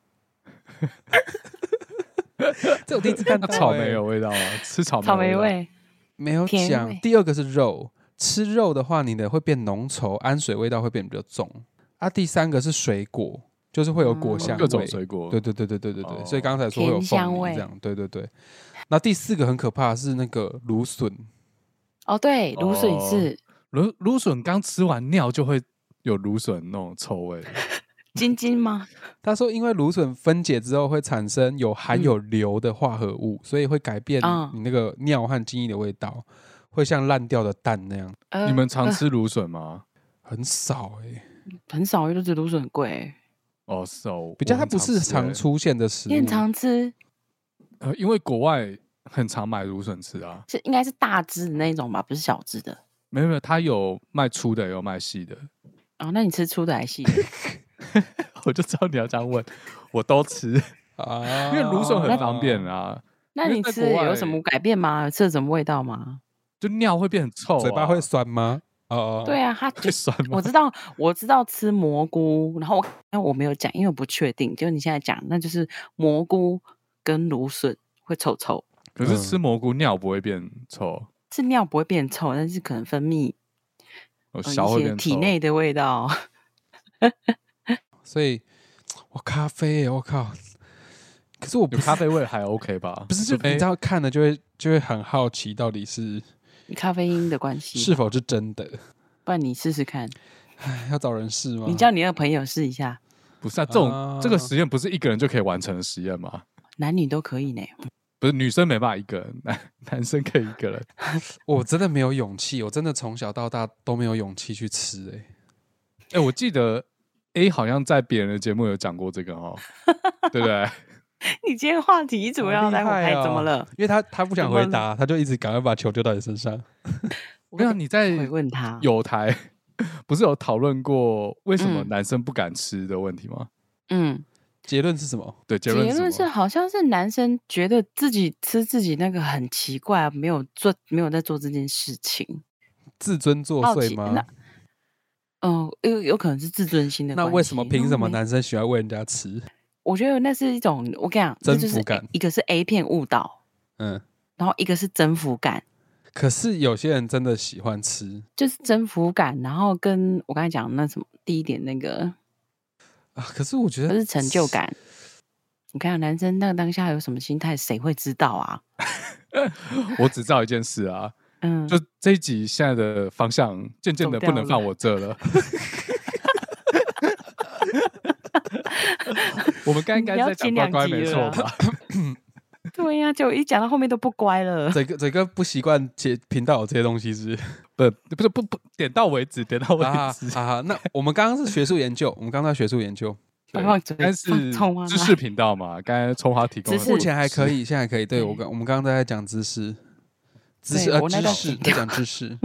Speaker 3: 这我第一次看
Speaker 1: 那
Speaker 3: 到、
Speaker 1: 草莓
Speaker 3: 欸
Speaker 1: 有味道啊，吃草莓
Speaker 2: 草莓
Speaker 1: 有道。
Speaker 2: 味，
Speaker 3: 没有
Speaker 2: 甜
Speaker 3: 讲
Speaker 2: 味。
Speaker 3: 第二个是肉，吃肉的话，你的会变浓稠，氨水味道会变比较重。啊，第三个是水果，就是会有果
Speaker 2: 嗯
Speaker 3: 香味，
Speaker 1: 各种水果，啊
Speaker 3: 对对对对对对对，所以
Speaker 1: 哦
Speaker 3: 刚才说会有
Speaker 2: 甜香
Speaker 3: 凤梨
Speaker 2: 味
Speaker 3: 这样，对对对。那第四个很可怕的是那个芦笋，
Speaker 2: 哦，对，芦笋
Speaker 1: 哦
Speaker 2: 是
Speaker 1: 芦芦笋刚吃完尿就会有芦笋那种臭味，
Speaker 2: 晶晶吗？
Speaker 3: 他说，因为芦笋分解之后会产生有含有硫的化合物，所以会改变
Speaker 2: 嗯
Speaker 3: 你那个尿和精液的味道，会像烂掉的蛋那样。
Speaker 2: 呃，
Speaker 1: 你们常吃芦笋吗？
Speaker 3: 很少哎、
Speaker 2: 很少，因为这芦笋很贵欸，
Speaker 1: 哦，是哦，
Speaker 3: 比较
Speaker 1: 我
Speaker 3: 它
Speaker 1: 很
Speaker 3: 不
Speaker 1: 吃
Speaker 3: 是
Speaker 1: 欸
Speaker 3: 常，出现的食
Speaker 2: 你很
Speaker 3: 物。
Speaker 2: 常吃，
Speaker 1: 呃，因为国外很常买芦笋吃啊。
Speaker 2: 是应该是大只的那一种吧，不是小只的。
Speaker 1: 没有没有，它有卖粗的，也有卖细的。
Speaker 2: 哦，那你吃粗的还细的？
Speaker 1: 我就知道你要这样问，我都吃，
Speaker 3: 啊
Speaker 1: 因为芦笋很方便，啊，
Speaker 2: 那
Speaker 1: 因为
Speaker 2: 你
Speaker 1: 在
Speaker 2: 吃
Speaker 1: 国
Speaker 2: 有
Speaker 1: 外
Speaker 2: 什么改变吗？有吃了什么味道吗？
Speaker 1: 就尿会变很臭、啊
Speaker 3: 嘴巴会酸吗？哦，
Speaker 2: 哦对，啊，它就
Speaker 1: 会酸吗
Speaker 2: 我？知道，我知道吃蘑菇，然后我但我没有讲，因为我不确定。就你现在讲，那就是蘑菇跟芦笋会臭臭，
Speaker 1: 可
Speaker 3: 嗯
Speaker 1: 是吃蘑菇尿不会变臭，哦
Speaker 2: 是尿不会变臭，但是可能分泌
Speaker 1: 我
Speaker 2: 呃
Speaker 1: 小
Speaker 2: 一
Speaker 1: 会
Speaker 2: 些
Speaker 1: 变
Speaker 2: 体
Speaker 1: 臭。
Speaker 2: 内的味道。
Speaker 3: 所以我咖啡欸耶、我靠！可是我不
Speaker 1: 有
Speaker 3: 是
Speaker 1: 咖啡味还 OK 吧？
Speaker 3: 不是就
Speaker 1: 除非
Speaker 3: 你知道看了就会就会很好奇，到底是
Speaker 2: 咖啡因的关系，
Speaker 3: 是否是真的？
Speaker 2: 不然你试试看，
Speaker 3: 唉要找人试吗？
Speaker 2: 你叫你那个朋友试一下，
Speaker 1: 不是啊？这种、这
Speaker 3: 啊
Speaker 1: 个实验不是一个人就可以完成的实验吗？
Speaker 2: 男女都可以呢。
Speaker 1: 不是女生没办法一个人，男 男生可以一个人。
Speaker 3: 我真的没有勇气，我真的从小到大都没有勇气去吃、欸。
Speaker 1: 哎、我记得 A 好像在别人的节目有讲过这个哦，对不对？
Speaker 2: 你今天话题主
Speaker 3: 好
Speaker 2: 要
Speaker 3: 厉
Speaker 2: 来我
Speaker 3: 害
Speaker 2: 拍怎么
Speaker 3: 哦
Speaker 2: 了？
Speaker 3: 因为他他不想
Speaker 2: 怎么
Speaker 3: 回答，他就一直赶快把球丢到你身上。
Speaker 2: 我
Speaker 1: 没有，啊
Speaker 2: 会
Speaker 1: 你在
Speaker 2: 回问他，
Speaker 1: 有台 不是有讨论过为什么
Speaker 2: 嗯
Speaker 1: 男生不敢吃的问题吗？
Speaker 2: 嗯，
Speaker 3: 结论是什么？
Speaker 1: 对，结论
Speaker 2: 结论是
Speaker 1: 什么
Speaker 2: 好像是男生觉得自己吃自己那个很奇怪，没有做没有在做这件事情。
Speaker 3: 自尊作
Speaker 2: 好
Speaker 3: 祟
Speaker 2: 奇那
Speaker 3: 吗？
Speaker 2: 嗯、有有可能是自尊心的
Speaker 3: 那
Speaker 2: 关系。嗯
Speaker 3: 为什么凭什么
Speaker 2: 呢？
Speaker 3: 男生喜欢喂人家吃？
Speaker 2: 我觉得那是一种，我跟你讲，这
Speaker 3: 征
Speaker 2: 就是
Speaker 3: 服
Speaker 2: A-
Speaker 3: 感
Speaker 2: 一个是 A 片误导，
Speaker 3: 嗯，
Speaker 2: 然后一个是征服感，
Speaker 3: 可是有些人真的喜欢吃
Speaker 2: 就是征服感，然后跟我刚才讲那什么第一点那个，
Speaker 3: 啊。可是我觉
Speaker 2: 不
Speaker 3: 得
Speaker 2: 是成就感。你看男生那个当下有什么心态，谁会知道啊？
Speaker 1: 我只知道一件事啊，
Speaker 2: 嗯，
Speaker 1: 就这一集现在的方向渐渐的
Speaker 2: 走
Speaker 1: 不
Speaker 2: 掉
Speaker 1: 能
Speaker 2: 了
Speaker 1: 放我这 了。我们刚刚应
Speaker 2: 你
Speaker 1: 该
Speaker 2: 要
Speaker 1: 在讲
Speaker 2: 剪
Speaker 1: 乖
Speaker 2: 两
Speaker 1: 乖
Speaker 2: 集
Speaker 1: 没错
Speaker 2: 了啊
Speaker 1: 吧？
Speaker 2: 对呀、就一讲到后面都不乖了。
Speaker 3: 整个整个不习惯节频道有这些东西 是
Speaker 1: 不不是不不点到为止，点到为
Speaker 3: 啊
Speaker 1: 止。
Speaker 3: 啊。那我们刚刚是学术研究，我们刚刚在学术研究，
Speaker 2: 我
Speaker 1: 对
Speaker 2: 忘记
Speaker 1: 但
Speaker 2: 放啊
Speaker 1: 是
Speaker 2: 葱花
Speaker 1: 知
Speaker 2: 吗
Speaker 1: 识频道嘛，刚才葱花提供
Speaker 2: 知
Speaker 1: 的
Speaker 2: 识
Speaker 3: 目前还可
Speaker 1: 以。
Speaker 3: 以，现在还可以。对我刚我们刚刚在讲知识，知识
Speaker 2: 对
Speaker 3: 呃
Speaker 2: 我那
Speaker 3: 知
Speaker 2: 段
Speaker 3: 识
Speaker 2: 剪
Speaker 3: 在
Speaker 2: 掉
Speaker 3: 讲知识。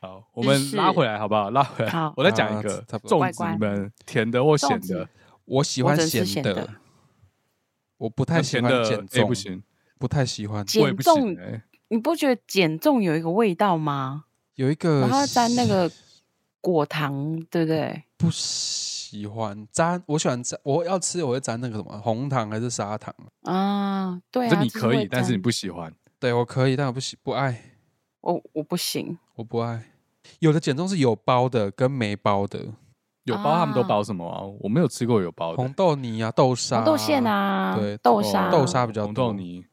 Speaker 1: 好，我们
Speaker 2: 识
Speaker 1: 拉回来好不好？拉回来，
Speaker 2: 好
Speaker 1: 我再讲
Speaker 3: 啊
Speaker 1: 一个
Speaker 3: 差不多
Speaker 1: 粽
Speaker 2: 乖
Speaker 1: 子，
Speaker 2: 乖
Speaker 1: 你们甜的或咸
Speaker 2: 粽子
Speaker 1: 的，
Speaker 3: 我喜
Speaker 2: 我
Speaker 3: 欢
Speaker 2: 只能吃
Speaker 3: 咸
Speaker 2: 咸
Speaker 3: 的，
Speaker 2: 的
Speaker 3: 我不太
Speaker 1: 那
Speaker 3: 喜
Speaker 1: 甜
Speaker 3: 欢
Speaker 1: 的
Speaker 3: 减
Speaker 1: A
Speaker 3: 重，
Speaker 1: 不行，
Speaker 3: 不太喜欢。
Speaker 2: 减
Speaker 1: 我也不行
Speaker 2: 重
Speaker 1: 哎。
Speaker 2: 你不觉得减重有一个味道吗？
Speaker 3: 有一个
Speaker 2: 然后沾那个果糖，对不对？
Speaker 3: 不喜欢沾，我喜欢沾，我要吃我会沾那个什么红糖还是砂糖？
Speaker 2: 啊，对啊，
Speaker 1: 这你
Speaker 2: 就是
Speaker 1: 可
Speaker 2: 会
Speaker 1: 以，但是你
Speaker 2: 沾
Speaker 1: 不喜欢。
Speaker 3: 对我可以，但我不喜不爱，
Speaker 2: 我我不行。
Speaker 3: 我不爱。有的减重是有包的跟没包的，
Speaker 1: 有包他们都
Speaker 2: 啊
Speaker 1: 包什么啊？我没有吃过有包的
Speaker 3: 红豆泥啊、豆沙、
Speaker 2: 红豆馅，啊，
Speaker 3: 对
Speaker 2: 豆
Speaker 1: 哦
Speaker 2: 沙，
Speaker 3: 豆沙比较
Speaker 1: 红豆
Speaker 3: 多
Speaker 1: 泥。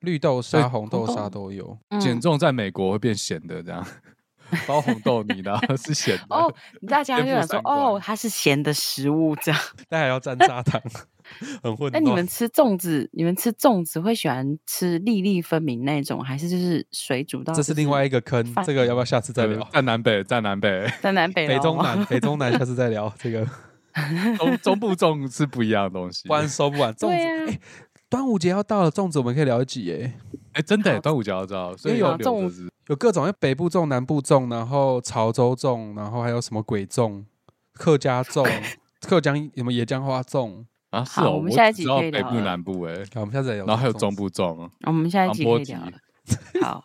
Speaker 3: 绿豆
Speaker 1: 对
Speaker 3: 沙、红豆
Speaker 2: 豆
Speaker 3: 沙都有。
Speaker 2: 嗯
Speaker 1: 减重在美国会变咸的，这样包红豆泥的啊 是咸的。
Speaker 2: 哦，大家就
Speaker 1: 颠覆
Speaker 2: 想说
Speaker 1: 三，观
Speaker 2: 哦，它是咸的食物这样。
Speaker 3: 但还要沾砂糖，很混
Speaker 2: 那你们吃粽子，你们吃粽子会喜欢吃粒粒分明那种，还是就是水煮到？
Speaker 3: 这是另外一个坑，
Speaker 2: 饭
Speaker 3: 这个要不要下次再
Speaker 1: 在
Speaker 3: 聊？
Speaker 1: 呃在南北，在南北，
Speaker 2: 在南北
Speaker 3: 北
Speaker 2: 咯
Speaker 3: 中南，北中南，下次再聊这个，
Speaker 1: 中中部粽是不一样的东西
Speaker 3: 不。然收不完。粽
Speaker 2: 对
Speaker 3: 子，
Speaker 2: 啊
Speaker 3: 哎，端午节要到了，粽子我们可以聊一集耶。
Speaker 1: 哎，真的耶
Speaker 2: 好啊
Speaker 1: 端午节要知道，所以
Speaker 3: 因为
Speaker 1: 要
Speaker 2: 有
Speaker 1: 留着
Speaker 2: 粽
Speaker 1: 吃
Speaker 3: 有各种，有哎北部粽、南部粽，然后潮州粽，然后还有什么鬼粽、客家 粽、客家什么野姜花粽。
Speaker 1: 啊。是
Speaker 2: 好
Speaker 1: 哦，
Speaker 2: 我们
Speaker 1: 只
Speaker 2: 下一集
Speaker 1: 知道
Speaker 2: 可以
Speaker 1: 北
Speaker 2: 聊
Speaker 1: 部、
Speaker 2: 了
Speaker 1: 南部哎，
Speaker 3: 好，我们下次再聊。
Speaker 1: 然后还有中，部啊粽，
Speaker 2: 我们下一
Speaker 1: 唐
Speaker 2: 集
Speaker 1: 波
Speaker 2: 可以
Speaker 1: 集
Speaker 2: 聊了。好，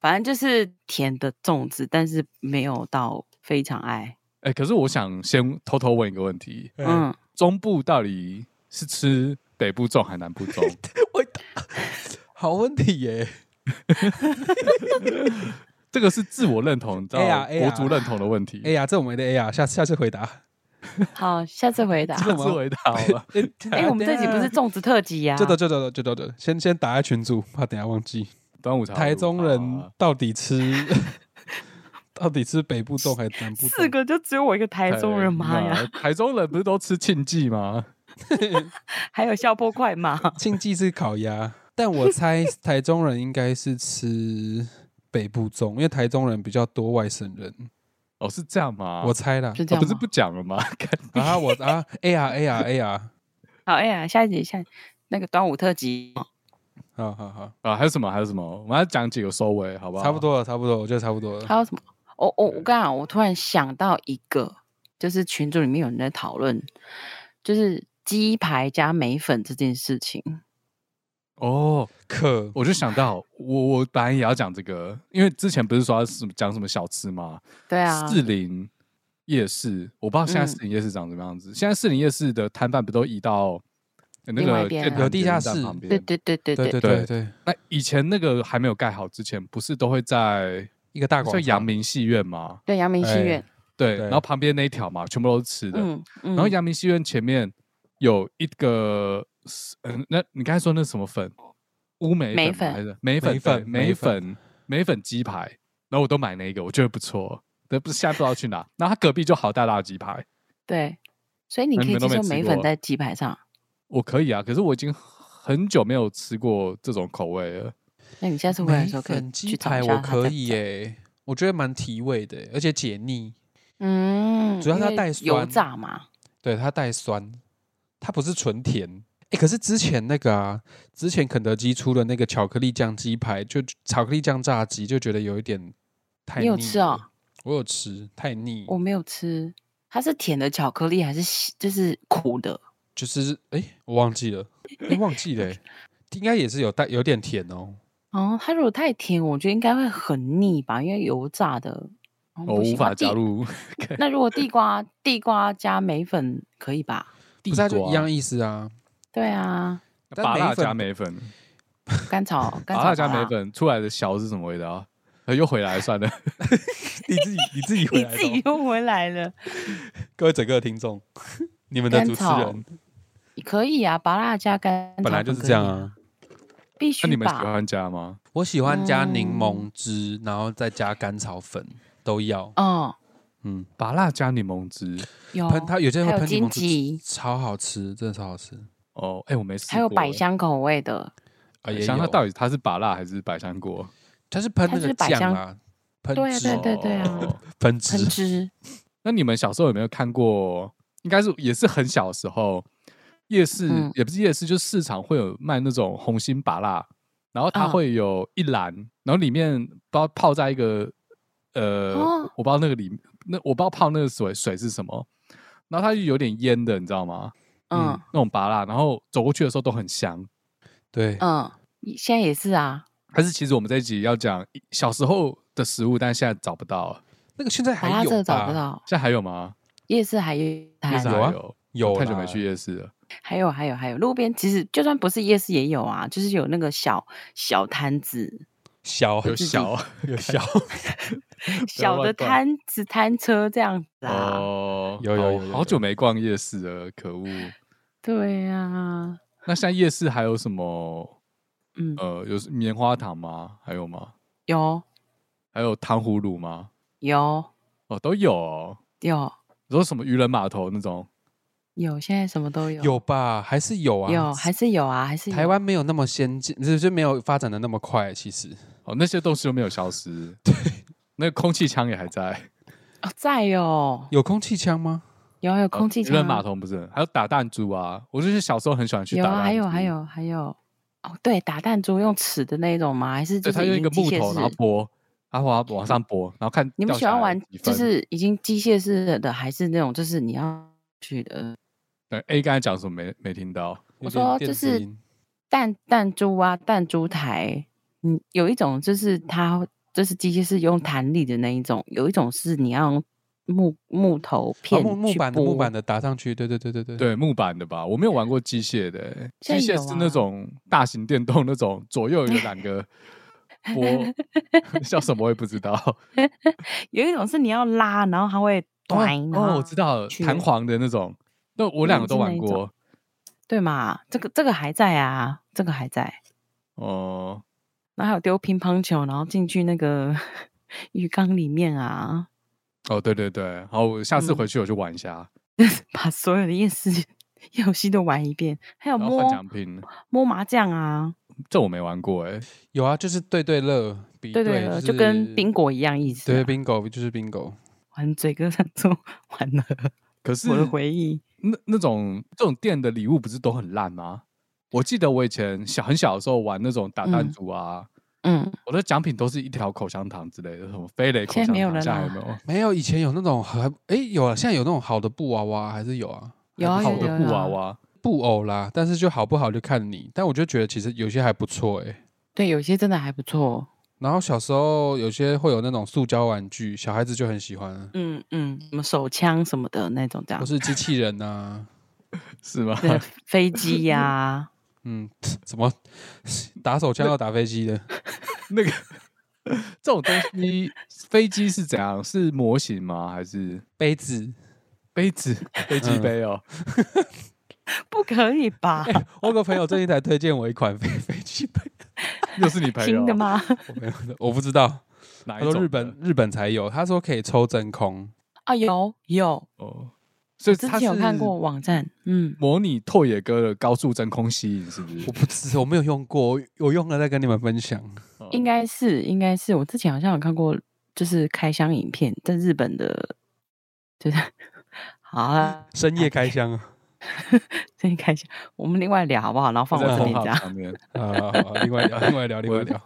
Speaker 2: 反正就是甜的粽子，但是没有到非常爱。
Speaker 1: 哎，可是我想先偷偷问一个问题：
Speaker 3: 嗯，
Speaker 2: 嗯，
Speaker 1: 中部到底是吃北部粽还是南部 粽？
Speaker 3: 好问题耶。
Speaker 1: 这个是自我认同，你知道
Speaker 3: 哎呀哎呀
Speaker 1: 国族认同的问题。
Speaker 3: 哎呀，这我们的哎呀，下次下次回答。
Speaker 2: 好，下次回答。
Speaker 1: 这个自回答好 了。
Speaker 3: 哎、
Speaker 2: 哎、我们这集不是粽子特辑呀、
Speaker 3: 就的就的就的就的，先先打在群组，怕等一下忘记。
Speaker 1: 啊端午茶，
Speaker 3: 台中人到底吃 到底是北部粽还 是南部
Speaker 2: 四
Speaker 3: 粽？
Speaker 2: 个就只有我一个台中
Speaker 1: 哎
Speaker 2: 人，妈呀！！
Speaker 1: 台中人不是都吃庆记吗？
Speaker 2: 还有笑破快马，
Speaker 3: 庆记是烤鸭，但我猜台中人应该是吃北部粽，因为台中人比较多外省人，
Speaker 1: 哦，是这样吗？
Speaker 3: 我猜啦。
Speaker 2: 是这
Speaker 1: 啊、
Speaker 2: 样
Speaker 1: 不是
Speaker 2: 吗
Speaker 1: 不讲了吗？ 干
Speaker 3: 啊，我啊，A R A R A R，
Speaker 2: 好，哎呀，下一集下那个端午特辑，
Speaker 3: 好好好，
Speaker 1: 啊，还有什么？还有什么？我们要讲几个收尾，好不好？
Speaker 3: 差不。多了，差不多了，我觉得差不多了。
Speaker 2: 还有什么？我我我刚刚我突然想到一个，就是群组里面有人在讨论，就是鸡排加梅粉这件事情。
Speaker 1: 哦，
Speaker 3: 可
Speaker 1: 我就想到，我我本来也要讲这个，因为之前不是说要什么讲什么小吃吗？
Speaker 2: 对啊，
Speaker 1: 士林夜市，我不知道现在
Speaker 2: 嗯
Speaker 1: 士林夜市长什么样子。现在士林夜市的摊贩不都移到呃那
Speaker 2: 另外
Speaker 1: 个
Speaker 2: 一边
Speaker 1: 建
Speaker 2: 了
Speaker 1: 潭
Speaker 3: 有地
Speaker 1: 捷运
Speaker 3: 下
Speaker 1: 站
Speaker 3: 室
Speaker 1: 旁
Speaker 2: 对
Speaker 1: 边？
Speaker 2: 对对对
Speaker 3: 对
Speaker 2: 对，
Speaker 3: 对对
Speaker 1: 对
Speaker 3: 对，
Speaker 1: 那以前那个还没有盖好之前，不是都会在
Speaker 3: 一个大广
Speaker 1: 叫
Speaker 3: 场
Speaker 1: 阳，明戏院吗？
Speaker 2: 对阳明戏
Speaker 3: 哎
Speaker 2: 院，
Speaker 1: 对，
Speaker 3: 对
Speaker 1: 然后旁边那一条嘛，全部都是吃的。
Speaker 2: 嗯
Speaker 1: 然
Speaker 2: 嗯，
Speaker 1: 后阳明戏院前面有一个，嗯，那你刚才说那什么粉？乌梅
Speaker 2: 梅
Speaker 1: 粉吗
Speaker 2: 粉
Speaker 1: 还是梅粉
Speaker 3: 梅
Speaker 1: 对
Speaker 3: 粉梅
Speaker 1: 梅粉梅粉鸡排，然后我都买那个，我觉得不错。但不是现在不知道去 哪，然后它隔壁就好大辣鸡排，
Speaker 2: 对，所以你
Speaker 1: 那
Speaker 3: 哎
Speaker 2: 可
Speaker 1: 你
Speaker 2: 以
Speaker 1: 们
Speaker 2: 接
Speaker 1: 都没
Speaker 2: 受
Speaker 1: 吃
Speaker 2: 梅
Speaker 1: 过
Speaker 2: 粉在鸡排上，
Speaker 1: 我可以啊，可是我已经很久没有吃过这种口味了。
Speaker 2: 那你下次回来的
Speaker 3: 梅
Speaker 2: 时候可以
Speaker 3: 粉鸡
Speaker 2: 去找
Speaker 3: 排
Speaker 2: 一
Speaker 3: 我
Speaker 2: 下它
Speaker 3: 可
Speaker 2: 在
Speaker 3: 以
Speaker 2: 不在
Speaker 3: 耶，我觉得蛮提味的耶，而且解腻，
Speaker 2: 嗯，
Speaker 3: 主要
Speaker 2: 因
Speaker 3: 它
Speaker 2: 为
Speaker 3: 带
Speaker 2: 油
Speaker 3: 酸
Speaker 2: 炸嘛，
Speaker 3: 对，它带酸，它不是纯甜。哎，可是之前那个啊，之前肯德基出的那个巧克力酱鸡排，就巧克力酱炸鸡，就觉得有一点太
Speaker 2: 你有
Speaker 3: 腻
Speaker 2: 吃
Speaker 3: 了
Speaker 2: 哦？
Speaker 3: 我有吃，太腻，
Speaker 2: 我没有吃，它是甜的巧克力还是西就是苦的？
Speaker 3: 就是哎，我忘记了，哎，忘 记了耶，应该也是有带有点甜哦。
Speaker 2: 哦，它如果太甜，我觉得应该会很腻吧，因为油炸的。
Speaker 1: 我
Speaker 2: 哦不
Speaker 1: 无
Speaker 2: 行那
Speaker 1: 法加
Speaker 2: 地
Speaker 1: 入
Speaker 2: 那如果地瓜地瓜加梅粉可以吧？
Speaker 1: 地
Speaker 3: 不是、啊，
Speaker 1: 瓜，
Speaker 3: 就一样意思 啊。
Speaker 2: 对啊，
Speaker 3: 但
Speaker 1: 拔
Speaker 3: 梅
Speaker 1: 辣
Speaker 3: 粉
Speaker 1: 加梅粉，
Speaker 2: 甘草甘
Speaker 1: 拔
Speaker 2: 草
Speaker 1: 辣加
Speaker 2: 吧
Speaker 1: 梅，粉出来的小是什么味道？呃又回来算 了，
Speaker 3: 你自己你自己回
Speaker 2: 你
Speaker 3: 来哦
Speaker 2: 自己
Speaker 3: 咯，
Speaker 2: 又回来了，
Speaker 3: 各位整个听众， 你们的
Speaker 2: 甘
Speaker 3: 主持
Speaker 2: 草
Speaker 3: 人
Speaker 2: 可以啊，拔辣加甘草
Speaker 3: 本来就
Speaker 2: 粉
Speaker 3: 是
Speaker 2: 可
Speaker 3: 这样
Speaker 2: 以
Speaker 3: 啊，。
Speaker 1: 那
Speaker 2: 必
Speaker 1: 你
Speaker 2: 须
Speaker 1: 们喜
Speaker 2: 吧？
Speaker 1: 欢加吗？
Speaker 3: 我喜欢加柠
Speaker 2: 嗯
Speaker 3: 檬汁，然后再加甘草粉，都要。
Speaker 2: 嗯，
Speaker 3: 嗯，
Speaker 1: 拔辣加柠檬汁
Speaker 2: 有
Speaker 3: 喷它有些人
Speaker 2: 哦还
Speaker 3: 会
Speaker 2: 有
Speaker 3: 喷
Speaker 2: 荆
Speaker 3: 柠檬汁
Speaker 2: 棘，，
Speaker 3: 超好吃，真的超好吃
Speaker 1: 哦，哎，我没试过欸。
Speaker 2: 还有百香口味的，
Speaker 3: 啊！也
Speaker 1: 香它
Speaker 3: 有，
Speaker 1: 到底它是把辣还是百香果？
Speaker 3: 它是喷
Speaker 2: 它
Speaker 3: 那
Speaker 2: 就
Speaker 3: 个
Speaker 2: 是百
Speaker 3: 酱
Speaker 2: 香
Speaker 3: 啊，喷
Speaker 2: 对啊
Speaker 3: 汁，
Speaker 2: 对对啊
Speaker 1: 哦
Speaker 3: 喷
Speaker 2: 橙
Speaker 3: 汁，
Speaker 2: 汁。
Speaker 1: 那你们小时候有没有看过？应该是也是很小的时候，夜市、
Speaker 2: 嗯
Speaker 1: 也不是夜市，就是市场会有卖那种红心芭辣，然后它
Speaker 2: 嗯
Speaker 1: 会有一篮，然后里面不知道泡在一个呃，
Speaker 2: 哦
Speaker 1: 我不知道那个里那我不知道泡那个水水是什么，然后它就有点腌的，你知道吗？
Speaker 2: 嗯
Speaker 1: 那种芭辣，然后走过去的时候都很香。
Speaker 3: 对，
Speaker 2: 嗯，现在也是啊，
Speaker 1: 还是其实我们这一集要讲小时候的食物，但现在找不到了，
Speaker 3: 那个现在
Speaker 2: 把它
Speaker 3: 还
Speaker 2: 这个
Speaker 3: 有
Speaker 2: 找不
Speaker 3: 吧？
Speaker 2: 到，
Speaker 1: 现在还有吗？
Speaker 2: 夜市还有
Speaker 1: 夜
Speaker 2: 还
Speaker 1: 市
Speaker 3: 有啊
Speaker 1: 还有，
Speaker 3: 有
Speaker 1: 太久
Speaker 3: 啦
Speaker 1: 没去夜市了。
Speaker 2: 还有还有还有路边，其实就算不是夜市也有啊，就是有那个小小摊子，
Speaker 3: 小
Speaker 1: 有 小啊
Speaker 3: 有小
Speaker 1: 哎
Speaker 2: 小
Speaker 1: 乱
Speaker 2: 的
Speaker 1: 逛
Speaker 2: 摊子摊车这样子啊，
Speaker 1: 哦，
Speaker 3: 有有
Speaker 1: 好
Speaker 3: 有有
Speaker 1: 好久没逛夜市了，可 恶。
Speaker 2: 对啊，
Speaker 1: 那像夜市还有什么？
Speaker 2: 嗯，
Speaker 1: 呃，有棉花糖吗？还有吗？
Speaker 2: 有
Speaker 1: 还有糖葫芦吗？
Speaker 2: 有
Speaker 1: 哦，都有、哦。
Speaker 2: 有
Speaker 1: 你说什么渔人码头那种？
Speaker 2: 有，现在什么都有，
Speaker 3: 有吧？还是有啊？
Speaker 2: 有还是有啊，还是
Speaker 3: 台
Speaker 2: 有
Speaker 3: 湾没有那么先进，就是没有发展的那么快，其实。
Speaker 1: 哦，那些东西都没有消 失。对，那个空气枪也还在。
Speaker 2: 哦在哦，
Speaker 3: 有空气枪吗？
Speaker 2: 有有 空气
Speaker 1: 哦渔
Speaker 2: 枪
Speaker 1: 人
Speaker 2: 啊
Speaker 1: 码头不是？还有打弹珠啊！我就是小时候很喜欢去
Speaker 2: 有
Speaker 1: 打弹
Speaker 2: 啊，
Speaker 1: 珠。
Speaker 2: 还有还。有还有。哦，对，打弹珠用尺的那一种吗？还是就
Speaker 1: 对，
Speaker 2: 是
Speaker 1: 它
Speaker 2: 已
Speaker 1: 用一
Speaker 2: 经
Speaker 1: 个
Speaker 2: 机
Speaker 1: 木
Speaker 2: 械
Speaker 1: 头，然后
Speaker 2: 式
Speaker 1: 拨，然后往往上拨，然后看
Speaker 2: 你
Speaker 1: 掉
Speaker 2: 们喜
Speaker 1: 下
Speaker 2: 欢
Speaker 1: 来
Speaker 2: 玩
Speaker 1: 几
Speaker 2: 就
Speaker 1: 分
Speaker 2: 是已经机械式的，还是那种就是你要去的？
Speaker 1: 对 A 刚才讲什么没没听到？
Speaker 2: 我
Speaker 3: 有点
Speaker 2: 说
Speaker 3: 电
Speaker 2: 就
Speaker 3: 子
Speaker 2: 是
Speaker 3: 音
Speaker 2: 弹弹珠啊，弹珠台，嗯，有一种就是它就是机械式用弹力的那一种，有一种是你要用木木头
Speaker 3: 哦
Speaker 2: 片
Speaker 3: 木木
Speaker 2: 去
Speaker 3: 板的木
Speaker 2: 拨
Speaker 3: 板的打上去，对对对对对。
Speaker 1: 对木板的吧，我没有玩过机械的、欸，机
Speaker 2: 现在
Speaker 1: 械
Speaker 2: 有
Speaker 1: 是那
Speaker 2: 啊
Speaker 1: 种大型电动那种，左右有两 个 波，叫什么我也不知道。
Speaker 2: 有一种是你要拉，然后它会
Speaker 1: 哦
Speaker 2: 短、然
Speaker 1: 哦，
Speaker 2: 后
Speaker 1: 我知道了，
Speaker 2: 去
Speaker 1: 弹簧的那种，那我两个
Speaker 2: 嗯
Speaker 1: 都
Speaker 2: 是
Speaker 1: 玩
Speaker 2: 哪一
Speaker 1: 过
Speaker 2: 种。对嘛？这个这个还在啊，这个还在。
Speaker 1: 哦、
Speaker 2: 然后还有丢乒乓球，然后进去那个 浴缸里面啊，
Speaker 1: 哦，对对对，好，我下次
Speaker 2: 嗯
Speaker 1: 回去我去玩一下，啊
Speaker 2: 把所有的夜市 游戏都玩一遍，还有
Speaker 1: 然后换
Speaker 2: 摸
Speaker 1: 奖品，
Speaker 2: 摸麻将啊，
Speaker 1: 这我没玩过哎，
Speaker 3: 有啊，就是对对乐，比
Speaker 2: 对
Speaker 3: 嗯对
Speaker 2: 对了，
Speaker 3: 是
Speaker 2: 就跟冰果一样意思、啊。
Speaker 3: 对，bingo 就是 bingo。
Speaker 2: 玩嘴哥上 周玩了
Speaker 1: 可是
Speaker 2: 我的回忆，
Speaker 1: 那那种这种店的礼物不是都很烂吗？我记得我以前小很小的时候玩那种打弹
Speaker 2: 嗯
Speaker 1: 珠啊，
Speaker 2: 嗯，
Speaker 1: 我的奖品都是一条口香糖之类的，什么飞雷口
Speaker 2: 现在
Speaker 1: 香糖，
Speaker 2: 没有了啊
Speaker 1: 现在还有
Speaker 2: 啦
Speaker 1: 没有？
Speaker 3: 没有，以前有那种很哎有啊，现在有那种好的布娃娃还是有啊，
Speaker 2: 有啊
Speaker 3: 还
Speaker 1: 好
Speaker 3: 不
Speaker 2: 有
Speaker 3: 错
Speaker 1: 的布
Speaker 2: 有有
Speaker 1: 娃
Speaker 2: 啊
Speaker 1: 娃，
Speaker 3: 布偶啦，但是就好不好就看你。但我就觉得其实有些还不错哎、
Speaker 2: 对，有些真的还不错。
Speaker 3: 然后小时候有些会有那种塑胶玩具，小孩子就很喜欢啊，
Speaker 2: 嗯嗯，什么手枪什么的那种这样
Speaker 3: 或，是机器人啊呐、
Speaker 1: 是吗？
Speaker 2: 对飞机呀、
Speaker 3: 嗯， 怎么打手枪要打飞机的？
Speaker 1: 那个这种东西，飞机是怎样？是模型吗？还是
Speaker 3: 杯子，
Speaker 1: 杯子？飞机
Speaker 3: 嗯
Speaker 1: 杯哦、
Speaker 2: 不可以 吧？
Speaker 3: 我有个朋友最近才推荐我一款 飞飞机杯，
Speaker 1: 又是你朋友
Speaker 2: 新的吗？
Speaker 3: 我没有的，我不知道，
Speaker 1: 哪
Speaker 3: 他
Speaker 1: 一种
Speaker 3: 说
Speaker 1: 的？
Speaker 3: 日本日本才有，他说可以抽真空，
Speaker 2: 啊，有有，
Speaker 1: 哦，所以
Speaker 2: 之
Speaker 1: 他
Speaker 2: 前有看过网站，嗯，
Speaker 1: 模拟拓野哥的高速真空吸引，是不是
Speaker 3: 我？不知我没有用过，我用了再跟你们分享。
Speaker 1: 哦
Speaker 2: 应该是应该是，我之前好像有看过，就是开箱影片，在日本的，就是 好啊，
Speaker 3: 深夜开箱啊，
Speaker 2: 这你开箱，我们另外聊好不好？然后放我
Speaker 1: 在
Speaker 2: 这
Speaker 1: Pornhub
Speaker 2: 边这样。
Speaker 1: 上面，
Speaker 3: 好啊好好 另外聊，另外聊，另外聊。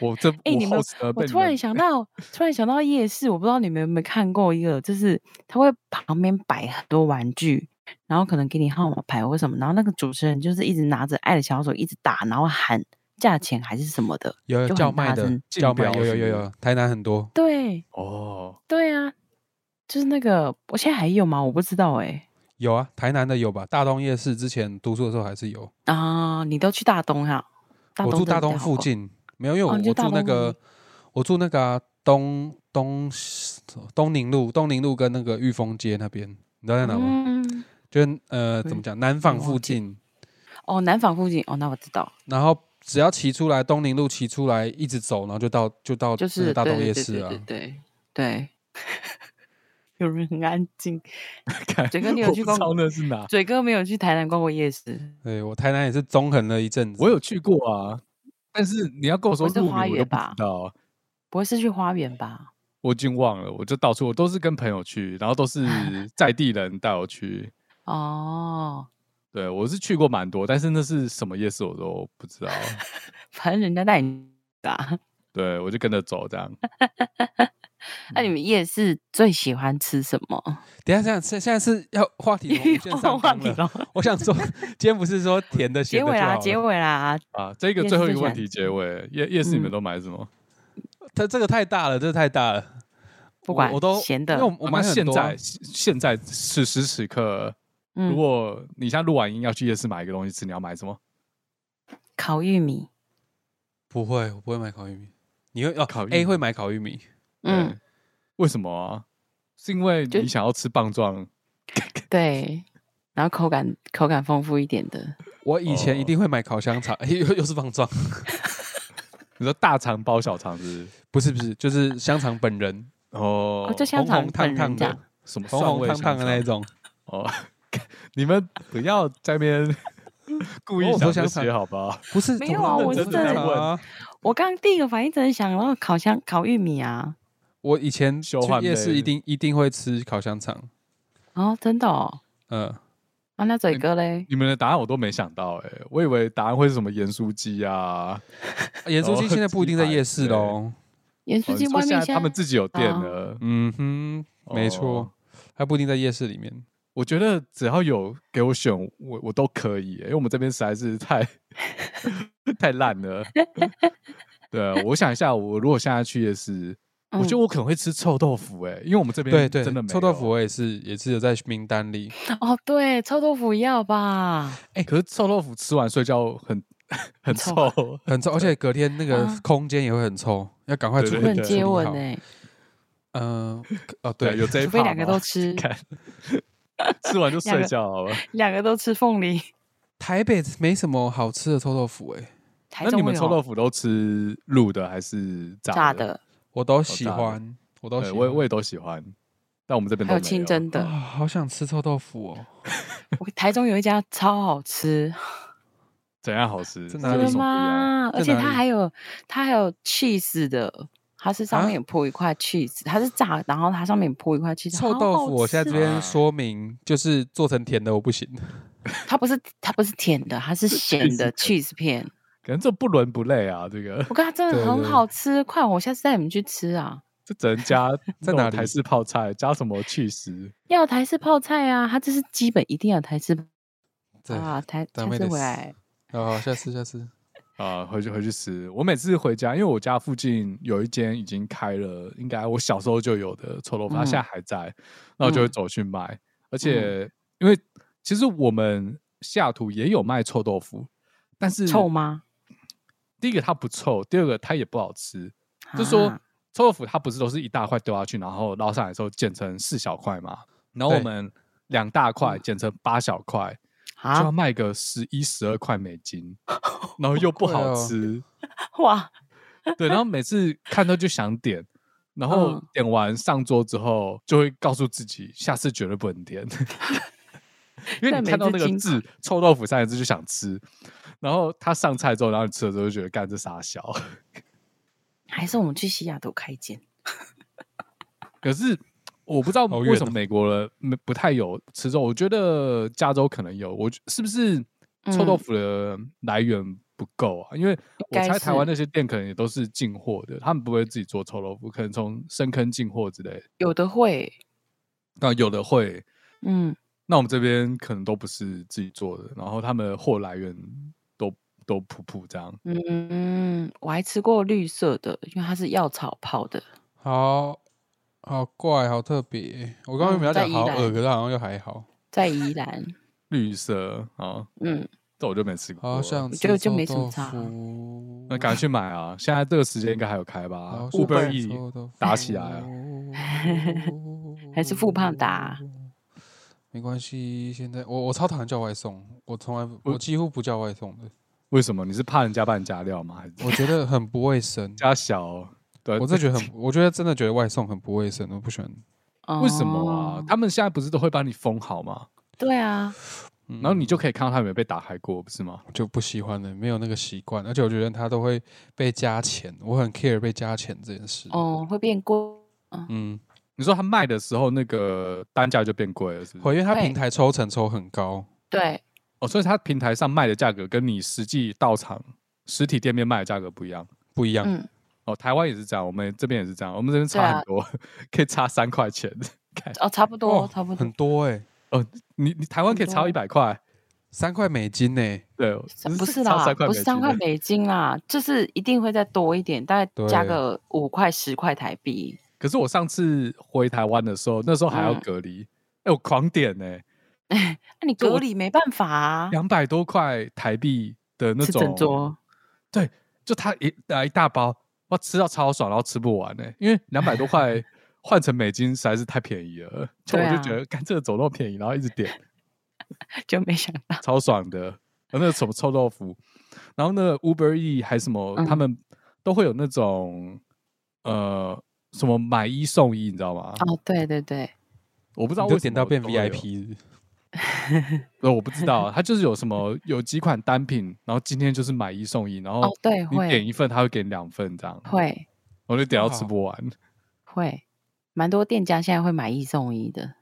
Speaker 1: 我这
Speaker 2: 哎你
Speaker 1: 我
Speaker 2: 们
Speaker 1: 好死了被
Speaker 2: 我
Speaker 1: 你
Speaker 2: 突然
Speaker 1: 们
Speaker 2: 想到，突然想到夜市，我不知道你们有没有看过一个，就是他会旁边摆很多玩具，然后可能给你号码牌或什么，然后那个主持人就是一直拿着爱的小手一直打，然后喊价钱还是什么的。
Speaker 3: 有有
Speaker 2: 就很
Speaker 3: 叫卖
Speaker 2: 大
Speaker 3: 的
Speaker 2: 声
Speaker 3: 叫卖，
Speaker 1: 竞标
Speaker 3: 有有
Speaker 1: 是
Speaker 3: 有
Speaker 1: 不是
Speaker 3: 有，台南很多。
Speaker 2: 对
Speaker 1: 哦，
Speaker 2: 对啊，就是那个，我现在还有吗？我不知道哎、
Speaker 3: 有啊，台南的有吧？大东夜市之前读书的时候还是有。
Speaker 2: 啊，你都去大东哈、大
Speaker 3: 我
Speaker 2: 东
Speaker 3: 住
Speaker 2: 真的
Speaker 3: 大
Speaker 2: 比较
Speaker 3: 东
Speaker 2: 好
Speaker 3: 附
Speaker 2: 逛，
Speaker 3: 近，没有，因为
Speaker 2: 哦
Speaker 3: 我
Speaker 2: 你住
Speaker 3: 我
Speaker 2: 大
Speaker 3: 住那
Speaker 2: 东
Speaker 3: 个我住那个啊东东东宁路，东宁路跟那个裕丰街那边，你知道在哪吗？
Speaker 2: 嗯，
Speaker 3: 就是呃，
Speaker 2: 对
Speaker 3: 怎么讲，南坊
Speaker 2: 我
Speaker 3: 附
Speaker 2: 忘记
Speaker 3: 近，
Speaker 2: 哦，南坊附近哦，那我知道，
Speaker 3: 然后只要骑出来东宁路，骑出来一直走，然后就到就到
Speaker 2: 就
Speaker 3: 那
Speaker 2: 是
Speaker 3: 哦个大
Speaker 2: 对
Speaker 3: 东
Speaker 2: 对
Speaker 3: 夜
Speaker 2: 对
Speaker 3: 市
Speaker 2: 对
Speaker 3: 啊
Speaker 2: 对。对对， 有人很安静。
Speaker 1: 看
Speaker 2: 嘴哥你有
Speaker 1: 我
Speaker 2: 去
Speaker 1: 不知
Speaker 2: 逛
Speaker 1: 道那是哪？
Speaker 2: 嘴哥没有去台南逛过夜市，
Speaker 3: 对我台南也是纵横了一阵子。
Speaker 1: 我有去过啊，但是你要跟我说
Speaker 2: 不是
Speaker 1: 路名，
Speaker 2: 花
Speaker 1: 我都
Speaker 2: 园
Speaker 1: 不知
Speaker 2: 吧
Speaker 1: 道，
Speaker 2: 不会是去花园吧？
Speaker 1: 我已经忘了，我就到处我都是跟朋友去，然后都是 在地人带我去。
Speaker 2: 哦，
Speaker 1: 对，我是去过蛮多，但是那是什么夜市我都不知道。
Speaker 2: 反正人家带你啊吧。
Speaker 1: 对，我就跟着走这 样。
Speaker 2: 那、你们夜市最喜欢吃什么？
Speaker 3: 等一下，现在现在是要话题无限 上
Speaker 2: 话
Speaker 3: 纲
Speaker 2: 题
Speaker 3: 了。
Speaker 2: 咯
Speaker 3: 我想说，今天不是说甜的
Speaker 2: 结
Speaker 3: 咸的
Speaker 2: 尾
Speaker 3: 就好
Speaker 2: 啦，
Speaker 3: 了
Speaker 2: 结尾啦，
Speaker 1: 啊，这个
Speaker 2: 夜
Speaker 1: 最
Speaker 2: 市
Speaker 1: 后一
Speaker 2: 最
Speaker 1: 个问
Speaker 2: 喜欢
Speaker 1: 题结尾，夜夜市你们
Speaker 2: 嗯
Speaker 1: 都买什么？
Speaker 3: 它这个太大了，这个太大了。
Speaker 2: 不
Speaker 3: 我
Speaker 2: 管
Speaker 3: 我都
Speaker 2: 咸
Speaker 3: 因为
Speaker 2: 的，
Speaker 3: 我我
Speaker 1: 啊
Speaker 3: 买
Speaker 1: 那
Speaker 3: 很
Speaker 1: 现
Speaker 3: 多啊
Speaker 1: 在现现在此时此刻，如
Speaker 2: 嗯，
Speaker 1: 果你现在录完音要去夜市买一个东西吃，你要买什么？
Speaker 2: 烤玉米，
Speaker 3: 不会，我不会买烤玉米。你会哦
Speaker 1: 烤玉米
Speaker 3: A 会买烤玉米，
Speaker 2: 嗯，
Speaker 1: 对，为什么啊？是因为
Speaker 2: 就
Speaker 1: 你想要吃棒状
Speaker 2: 对，然后口感口感丰富一点的，
Speaker 3: 我以前
Speaker 1: 哦
Speaker 3: 一定会买烤香肠， 又又是棒状，
Speaker 1: 你说大肠包小肠是不是
Speaker 3: 不是不是，就是香肠本人，
Speaker 1: 哦
Speaker 2: 哦，就香
Speaker 3: 红
Speaker 2: 肠
Speaker 3: 红
Speaker 2: 本
Speaker 3: 烫
Speaker 2: 人
Speaker 3: 烫
Speaker 2: 这
Speaker 3: 的
Speaker 2: 样，，
Speaker 1: 什么
Speaker 3: 红
Speaker 1: 蒜
Speaker 3: 红
Speaker 1: 味
Speaker 3: 烫烫的那一
Speaker 1: 种
Speaker 3: 种。
Speaker 1: 哦。 你们不要在那边故意
Speaker 3: 我
Speaker 1: 哦想这
Speaker 3: 说香
Speaker 1: 些，
Speaker 3: 肠
Speaker 1: 好不好？
Speaker 3: 不是，
Speaker 2: 没
Speaker 3: 怎
Speaker 2: 有
Speaker 3: 么
Speaker 2: 啊
Speaker 3: 认
Speaker 2: 我
Speaker 3: 真
Speaker 2: 是
Speaker 3: 的
Speaker 2: 在
Speaker 3: 讲啊。
Speaker 2: 我刚刚第一个反应真的想，然后烤箱烤玉米啊，
Speaker 3: 我以前去
Speaker 1: 修换
Speaker 3: 夜市
Speaker 1: 杯
Speaker 3: 一定一定会吃烤香肠，
Speaker 2: 哦，真的哦，
Speaker 3: 嗯，
Speaker 2: 啊，那嘴
Speaker 1: 嗯
Speaker 2: 哥 嘞，
Speaker 1: 你们的答案我都没想到哎、我以为答案会是什么盐酥鸡啊，
Speaker 3: 盐酥
Speaker 1: 哦
Speaker 3: 鸡现在不一定在
Speaker 1: 鸡排
Speaker 3: 夜市
Speaker 1: 对
Speaker 3: 喽。
Speaker 2: 盐
Speaker 1: 哦
Speaker 2: 酥
Speaker 1: 你
Speaker 2: 鸡
Speaker 1: 说
Speaker 2: 外
Speaker 1: 现
Speaker 2: 面
Speaker 1: 在他们自己有店
Speaker 2: 啊
Speaker 1: 了。
Speaker 3: 嗯哼，没
Speaker 1: 哦
Speaker 3: 错，它不一定在夜市里面。
Speaker 1: 我觉得只要有给我选，我我都可以欸、因为我们这边实在是太 太烂 了。对，啊我想一下，我如果现在去夜市，我觉得
Speaker 2: 嗯
Speaker 1: 我可能会吃臭豆腐、欸，因为我们这边
Speaker 3: 对对，
Speaker 1: 真的没
Speaker 3: 臭豆腐
Speaker 1: 有。
Speaker 3: 我也是也是有在名单里。
Speaker 2: 哦，对，臭豆腐要吧，
Speaker 1: 哎、可是臭豆腐吃完睡觉很很
Speaker 2: 臭
Speaker 1: 臭，
Speaker 3: 很臭，而且隔天那个
Speaker 2: 啊
Speaker 3: 空间也会很臭，要赶快
Speaker 1: 对
Speaker 3: 处
Speaker 1: 对
Speaker 2: 不
Speaker 3: 理
Speaker 1: 对
Speaker 2: 能
Speaker 1: 对
Speaker 2: 接吻欸呢、
Speaker 3: 呢。嗯，哦
Speaker 1: 对，
Speaker 3: 对
Speaker 1: 有，这一
Speaker 2: 除非
Speaker 1: 趴
Speaker 2: 两个
Speaker 1: 吗
Speaker 2: 都吃，
Speaker 1: 看，吃完就
Speaker 2: 两
Speaker 1: 睡
Speaker 2: 个
Speaker 1: 觉好了。
Speaker 2: 两个都吃凤梨。
Speaker 3: 台北没什么好吃的臭豆腐哎。
Speaker 2: 台
Speaker 1: 那你
Speaker 2: 中
Speaker 1: 们
Speaker 2: 有
Speaker 1: 臭豆腐都吃卤的还是炸
Speaker 2: 炸
Speaker 1: 的？
Speaker 2: 的，
Speaker 3: 我都喜
Speaker 1: 大的
Speaker 3: 欢，我都喜
Speaker 1: 对，
Speaker 3: 欢。
Speaker 1: 我也我也都喜欢，但我们这边
Speaker 2: 还
Speaker 1: 都
Speaker 2: 有
Speaker 1: 没
Speaker 2: 清蒸
Speaker 3: 啊，
Speaker 2: 的，
Speaker 3: 好想吃臭豆腐哦！
Speaker 2: 我台中有一家超好吃，
Speaker 1: 怎样好吃？真
Speaker 3: 真的哪
Speaker 2: 真
Speaker 3: 里
Speaker 2: 的
Speaker 1: 的吗？
Speaker 2: 吗？
Speaker 3: 在
Speaker 2: 而且
Speaker 3: 哪
Speaker 2: 它
Speaker 3: 里
Speaker 2: 还有它还有 cheese 的，它是上
Speaker 3: 啊
Speaker 2: 面有铺一块 cheese，它是炸，然后它上面有铺一块 cheese。
Speaker 3: 臭
Speaker 2: 好
Speaker 3: 豆
Speaker 2: 好
Speaker 3: 腐，我现在这
Speaker 2: 吃哦
Speaker 3: 边
Speaker 1: 啊
Speaker 3: 说明，就是做成甜的我不行。
Speaker 2: 它不是它不是甜的，它是咸的 cheese 片。
Speaker 1: 可能这不伦不类啊，这个
Speaker 2: 我跟它真
Speaker 3: 对
Speaker 2: 的很
Speaker 3: 对
Speaker 2: 好吃，快，我下次带你们去吃啊！
Speaker 1: 这只能加 那
Speaker 3: 在
Speaker 1: 种
Speaker 3: 哪里
Speaker 1: 台式泡菜加什么去食？
Speaker 2: 要有台式泡菜啊，它这是基本一定要有台式
Speaker 3: 对
Speaker 2: 啊，台台
Speaker 3: ダメ
Speaker 2: 式
Speaker 3: です
Speaker 2: 回来。
Speaker 3: 好好，下次下次。
Speaker 1: 啊，回去回去吃。我每次回家，因为我家附近有一间已经开了，应该我小时候就有的臭豆腐，它现在
Speaker 2: 嗯
Speaker 1: 还在，那我就会
Speaker 2: 嗯
Speaker 1: 走去买。而且因为其实我们下图也有卖臭豆腐，但是
Speaker 2: 臭吗？
Speaker 1: 第一个它不臭，第二个它也不好吃。就说
Speaker 2: 啊
Speaker 1: 臭豆腐它不是都是一大块丢下去，然后捞上来的时候剪成四小块嘛？然后我
Speaker 3: 对
Speaker 1: 们两大块剪成八小块，就要
Speaker 2: 嗯啊
Speaker 1: 卖个十一十二块美 金，然后又不
Speaker 3: 贵
Speaker 1: 好
Speaker 3: 哦
Speaker 1: 吃，
Speaker 2: 哇，
Speaker 1: 对，然后每次看到就想点，然后
Speaker 2: 嗯
Speaker 1: 点完上桌之后，就会告诉自己下次绝对不能 点，因为
Speaker 2: 但
Speaker 1: 你
Speaker 2: 每
Speaker 1: 看到
Speaker 2: 次
Speaker 1: 那个
Speaker 2: 经
Speaker 1: 字“臭豆腐”三个字就想吃，然后他上菜之后，然后你吃了之后就觉得干这傻小，
Speaker 2: 还是我们去西雅图开一间？
Speaker 1: 可是。我不知道
Speaker 3: 好
Speaker 1: 为
Speaker 3: 远
Speaker 1: 什
Speaker 3: 哦
Speaker 1: 么美国人没不太有吃肉，我觉得加州可能有，我觉是不是臭豆
Speaker 2: 嗯
Speaker 1: 腐的来源不够啊？因为我
Speaker 2: 该
Speaker 1: 猜台湾
Speaker 2: 是
Speaker 1: 那些店可能也都是进货的，他们不会自己做臭豆腐，可能从深坑进货之类的。
Speaker 2: 有的会，
Speaker 1: 那有的会，
Speaker 2: 嗯，
Speaker 1: 那我们这边可能都不是自己做的，然后他们的货来源都都普普这样。
Speaker 2: 嗯，我还吃过绿色的，因为它是药草泡的。
Speaker 3: 好好怪，好特别。欸我刚刚有没有
Speaker 2: 嗯在
Speaker 3: 讲好
Speaker 2: 宜兰
Speaker 3: 恶，可是好像又还好。
Speaker 2: 在宜兰，
Speaker 1: 绿色啊，
Speaker 2: 嗯，
Speaker 1: 这我就没吃过
Speaker 3: 好
Speaker 1: 了。
Speaker 3: 想吃
Speaker 2: 觉得就没
Speaker 3: 臭
Speaker 2: 什么
Speaker 3: 豆
Speaker 2: 差
Speaker 3: 腐
Speaker 1: 那赶快去买啊！现在这个时间应该还有开吧
Speaker 3: 好想
Speaker 1: ？Uber
Speaker 3: 吃
Speaker 1: E
Speaker 3: 臭豆腐
Speaker 1: 打起来啊！
Speaker 2: 还是富胖啊达。
Speaker 3: 没关系，现在我我超讨厌叫外送，我从来不我几乎不叫外送的，
Speaker 1: 为什么？你是怕人家帮你加料吗？还是
Speaker 3: 我觉得很不卫
Speaker 1: 。
Speaker 3: 生
Speaker 1: 加小哦？对，
Speaker 3: 我真的觉得很，我觉得真的觉得外送很不卫生，我不喜欢。
Speaker 1: 为什么啊
Speaker 2: 哦？
Speaker 1: 他们现在不是都会帮你封好吗？
Speaker 2: 对啊，
Speaker 3: 然
Speaker 1: 然后你就可以看到他有没有被打开过，不是吗？
Speaker 3: 嗯就不喜欢了，没有那个习惯，而且我觉得他都会被加钱，我很 care 被加钱这件事。
Speaker 2: 哦，会变贵。
Speaker 3: 嗯，
Speaker 1: 你说他卖的时候那个单价就变贵了，是不是？
Speaker 3: 会，因为他
Speaker 2: 对
Speaker 3: 平台抽成抽很高，
Speaker 2: 对，
Speaker 1: 哦，所以它平台上卖的价格跟你实际到场实体店面卖的价格不一样。
Speaker 3: 不一样。
Speaker 2: 嗯，
Speaker 1: 哦，台湾也是这样，我们这边也是这样，我们这边
Speaker 2: 对
Speaker 1: 差
Speaker 2: 啊
Speaker 1: 很多， 可以差三块钱。
Speaker 2: 哦，差不多，
Speaker 3: 哦
Speaker 2: 差不多
Speaker 3: 很，多哎、
Speaker 1: 你你台湾可以
Speaker 2: 很
Speaker 1: 差
Speaker 2: 多
Speaker 1: 一百块，
Speaker 3: 三块美金呢、
Speaker 1: 对，
Speaker 2: 三嗯不是
Speaker 1: 差
Speaker 2: 啦
Speaker 1: 三，块
Speaker 2: 不
Speaker 1: 美金
Speaker 2: 是三块
Speaker 1: 的
Speaker 2: 美金啦，就是一定会再多一点，大概加
Speaker 3: 对
Speaker 2: 个五块十块台币。
Speaker 1: 可是我上次回台湾的时候，那时候还要
Speaker 2: 嗯
Speaker 1: 隔离，哎、我狂点呢、
Speaker 2: 那你
Speaker 1: 对
Speaker 2: 隔
Speaker 1: 我
Speaker 2: 离没办法啊，
Speaker 1: 两百多块台币的那
Speaker 2: 吃整
Speaker 1: 种，
Speaker 2: 桌。
Speaker 1: 就他一来一大包，哇，吃到超爽，然后吃不完呢、因为两百多 块换成美金实在是太便宜了， 就我
Speaker 2: 对
Speaker 1: 就
Speaker 2: 啊
Speaker 1: 觉得，干、这个走那么便宜，然后一直点。
Speaker 2: 就没想到，
Speaker 1: 超爽的。然后那个什么臭豆腐，然后那个 Uber E 还什么，他
Speaker 2: 嗯
Speaker 1: 们都会有那种呃什么买一送一，你知道吗？
Speaker 2: 哦，对对对，
Speaker 1: 我不知道
Speaker 3: 你
Speaker 1: 为什
Speaker 3: 就点
Speaker 1: 么
Speaker 3: 到变
Speaker 1: 都会有
Speaker 3: VIP，
Speaker 1: 呃，我不知道，它就是有什么有几款单品，然后今天就是买一送一，然后
Speaker 2: 哦对，
Speaker 1: 你点
Speaker 2: 会
Speaker 1: 一份，他会给你两份这样，
Speaker 2: 会
Speaker 1: 我就点到吃
Speaker 3: 哇
Speaker 1: 不完。
Speaker 2: 会，蛮多店家现在会买一送一的。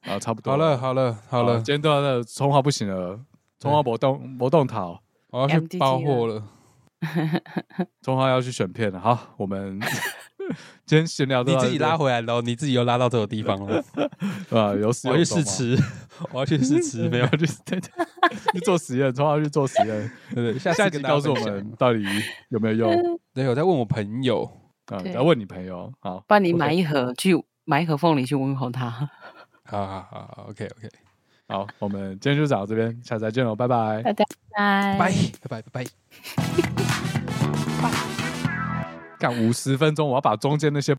Speaker 1: 然后差不多
Speaker 3: 好了好了
Speaker 1: 好
Speaker 3: 好了，
Speaker 1: 今天到这，葱花不行了，葱花
Speaker 3: 对
Speaker 1: 不动不动逃，
Speaker 3: 我要去
Speaker 2: MDT
Speaker 3: 包货了。
Speaker 1: 葱花要去选片了。好，我们 今天闲聊到
Speaker 3: 你
Speaker 1: 这
Speaker 3: 自己
Speaker 1: 边
Speaker 3: 拉回来喽，你自己又拉到这个地方了。
Speaker 1: 啊，有始
Speaker 3: 我要
Speaker 1: 有
Speaker 3: 去
Speaker 1: 终嘛。
Speaker 3: 试吃，我要去试吃， 没有
Speaker 1: 去对对去做实验，从小去做实验。
Speaker 3: 对 对，下
Speaker 1: 下
Speaker 3: 次
Speaker 1: 一集
Speaker 3: 跟大家
Speaker 1: 告诉我
Speaker 3: 分享
Speaker 1: 们。 到底有没有用
Speaker 3: 对，我在问我朋友，
Speaker 1: 啊？
Speaker 2: 对
Speaker 1: 要问你朋友。好，
Speaker 2: 不然你
Speaker 1: OK
Speaker 2: 买一盒去买一盒凤梨去问候他。
Speaker 3: 好好好好，OK OK，
Speaker 1: 好，我们今天就讲到这边，下次再见喽，拜拜。
Speaker 2: 大家拜
Speaker 3: 拜拜拜拜拜。
Speaker 1: 干五十分钟，我要把中间那些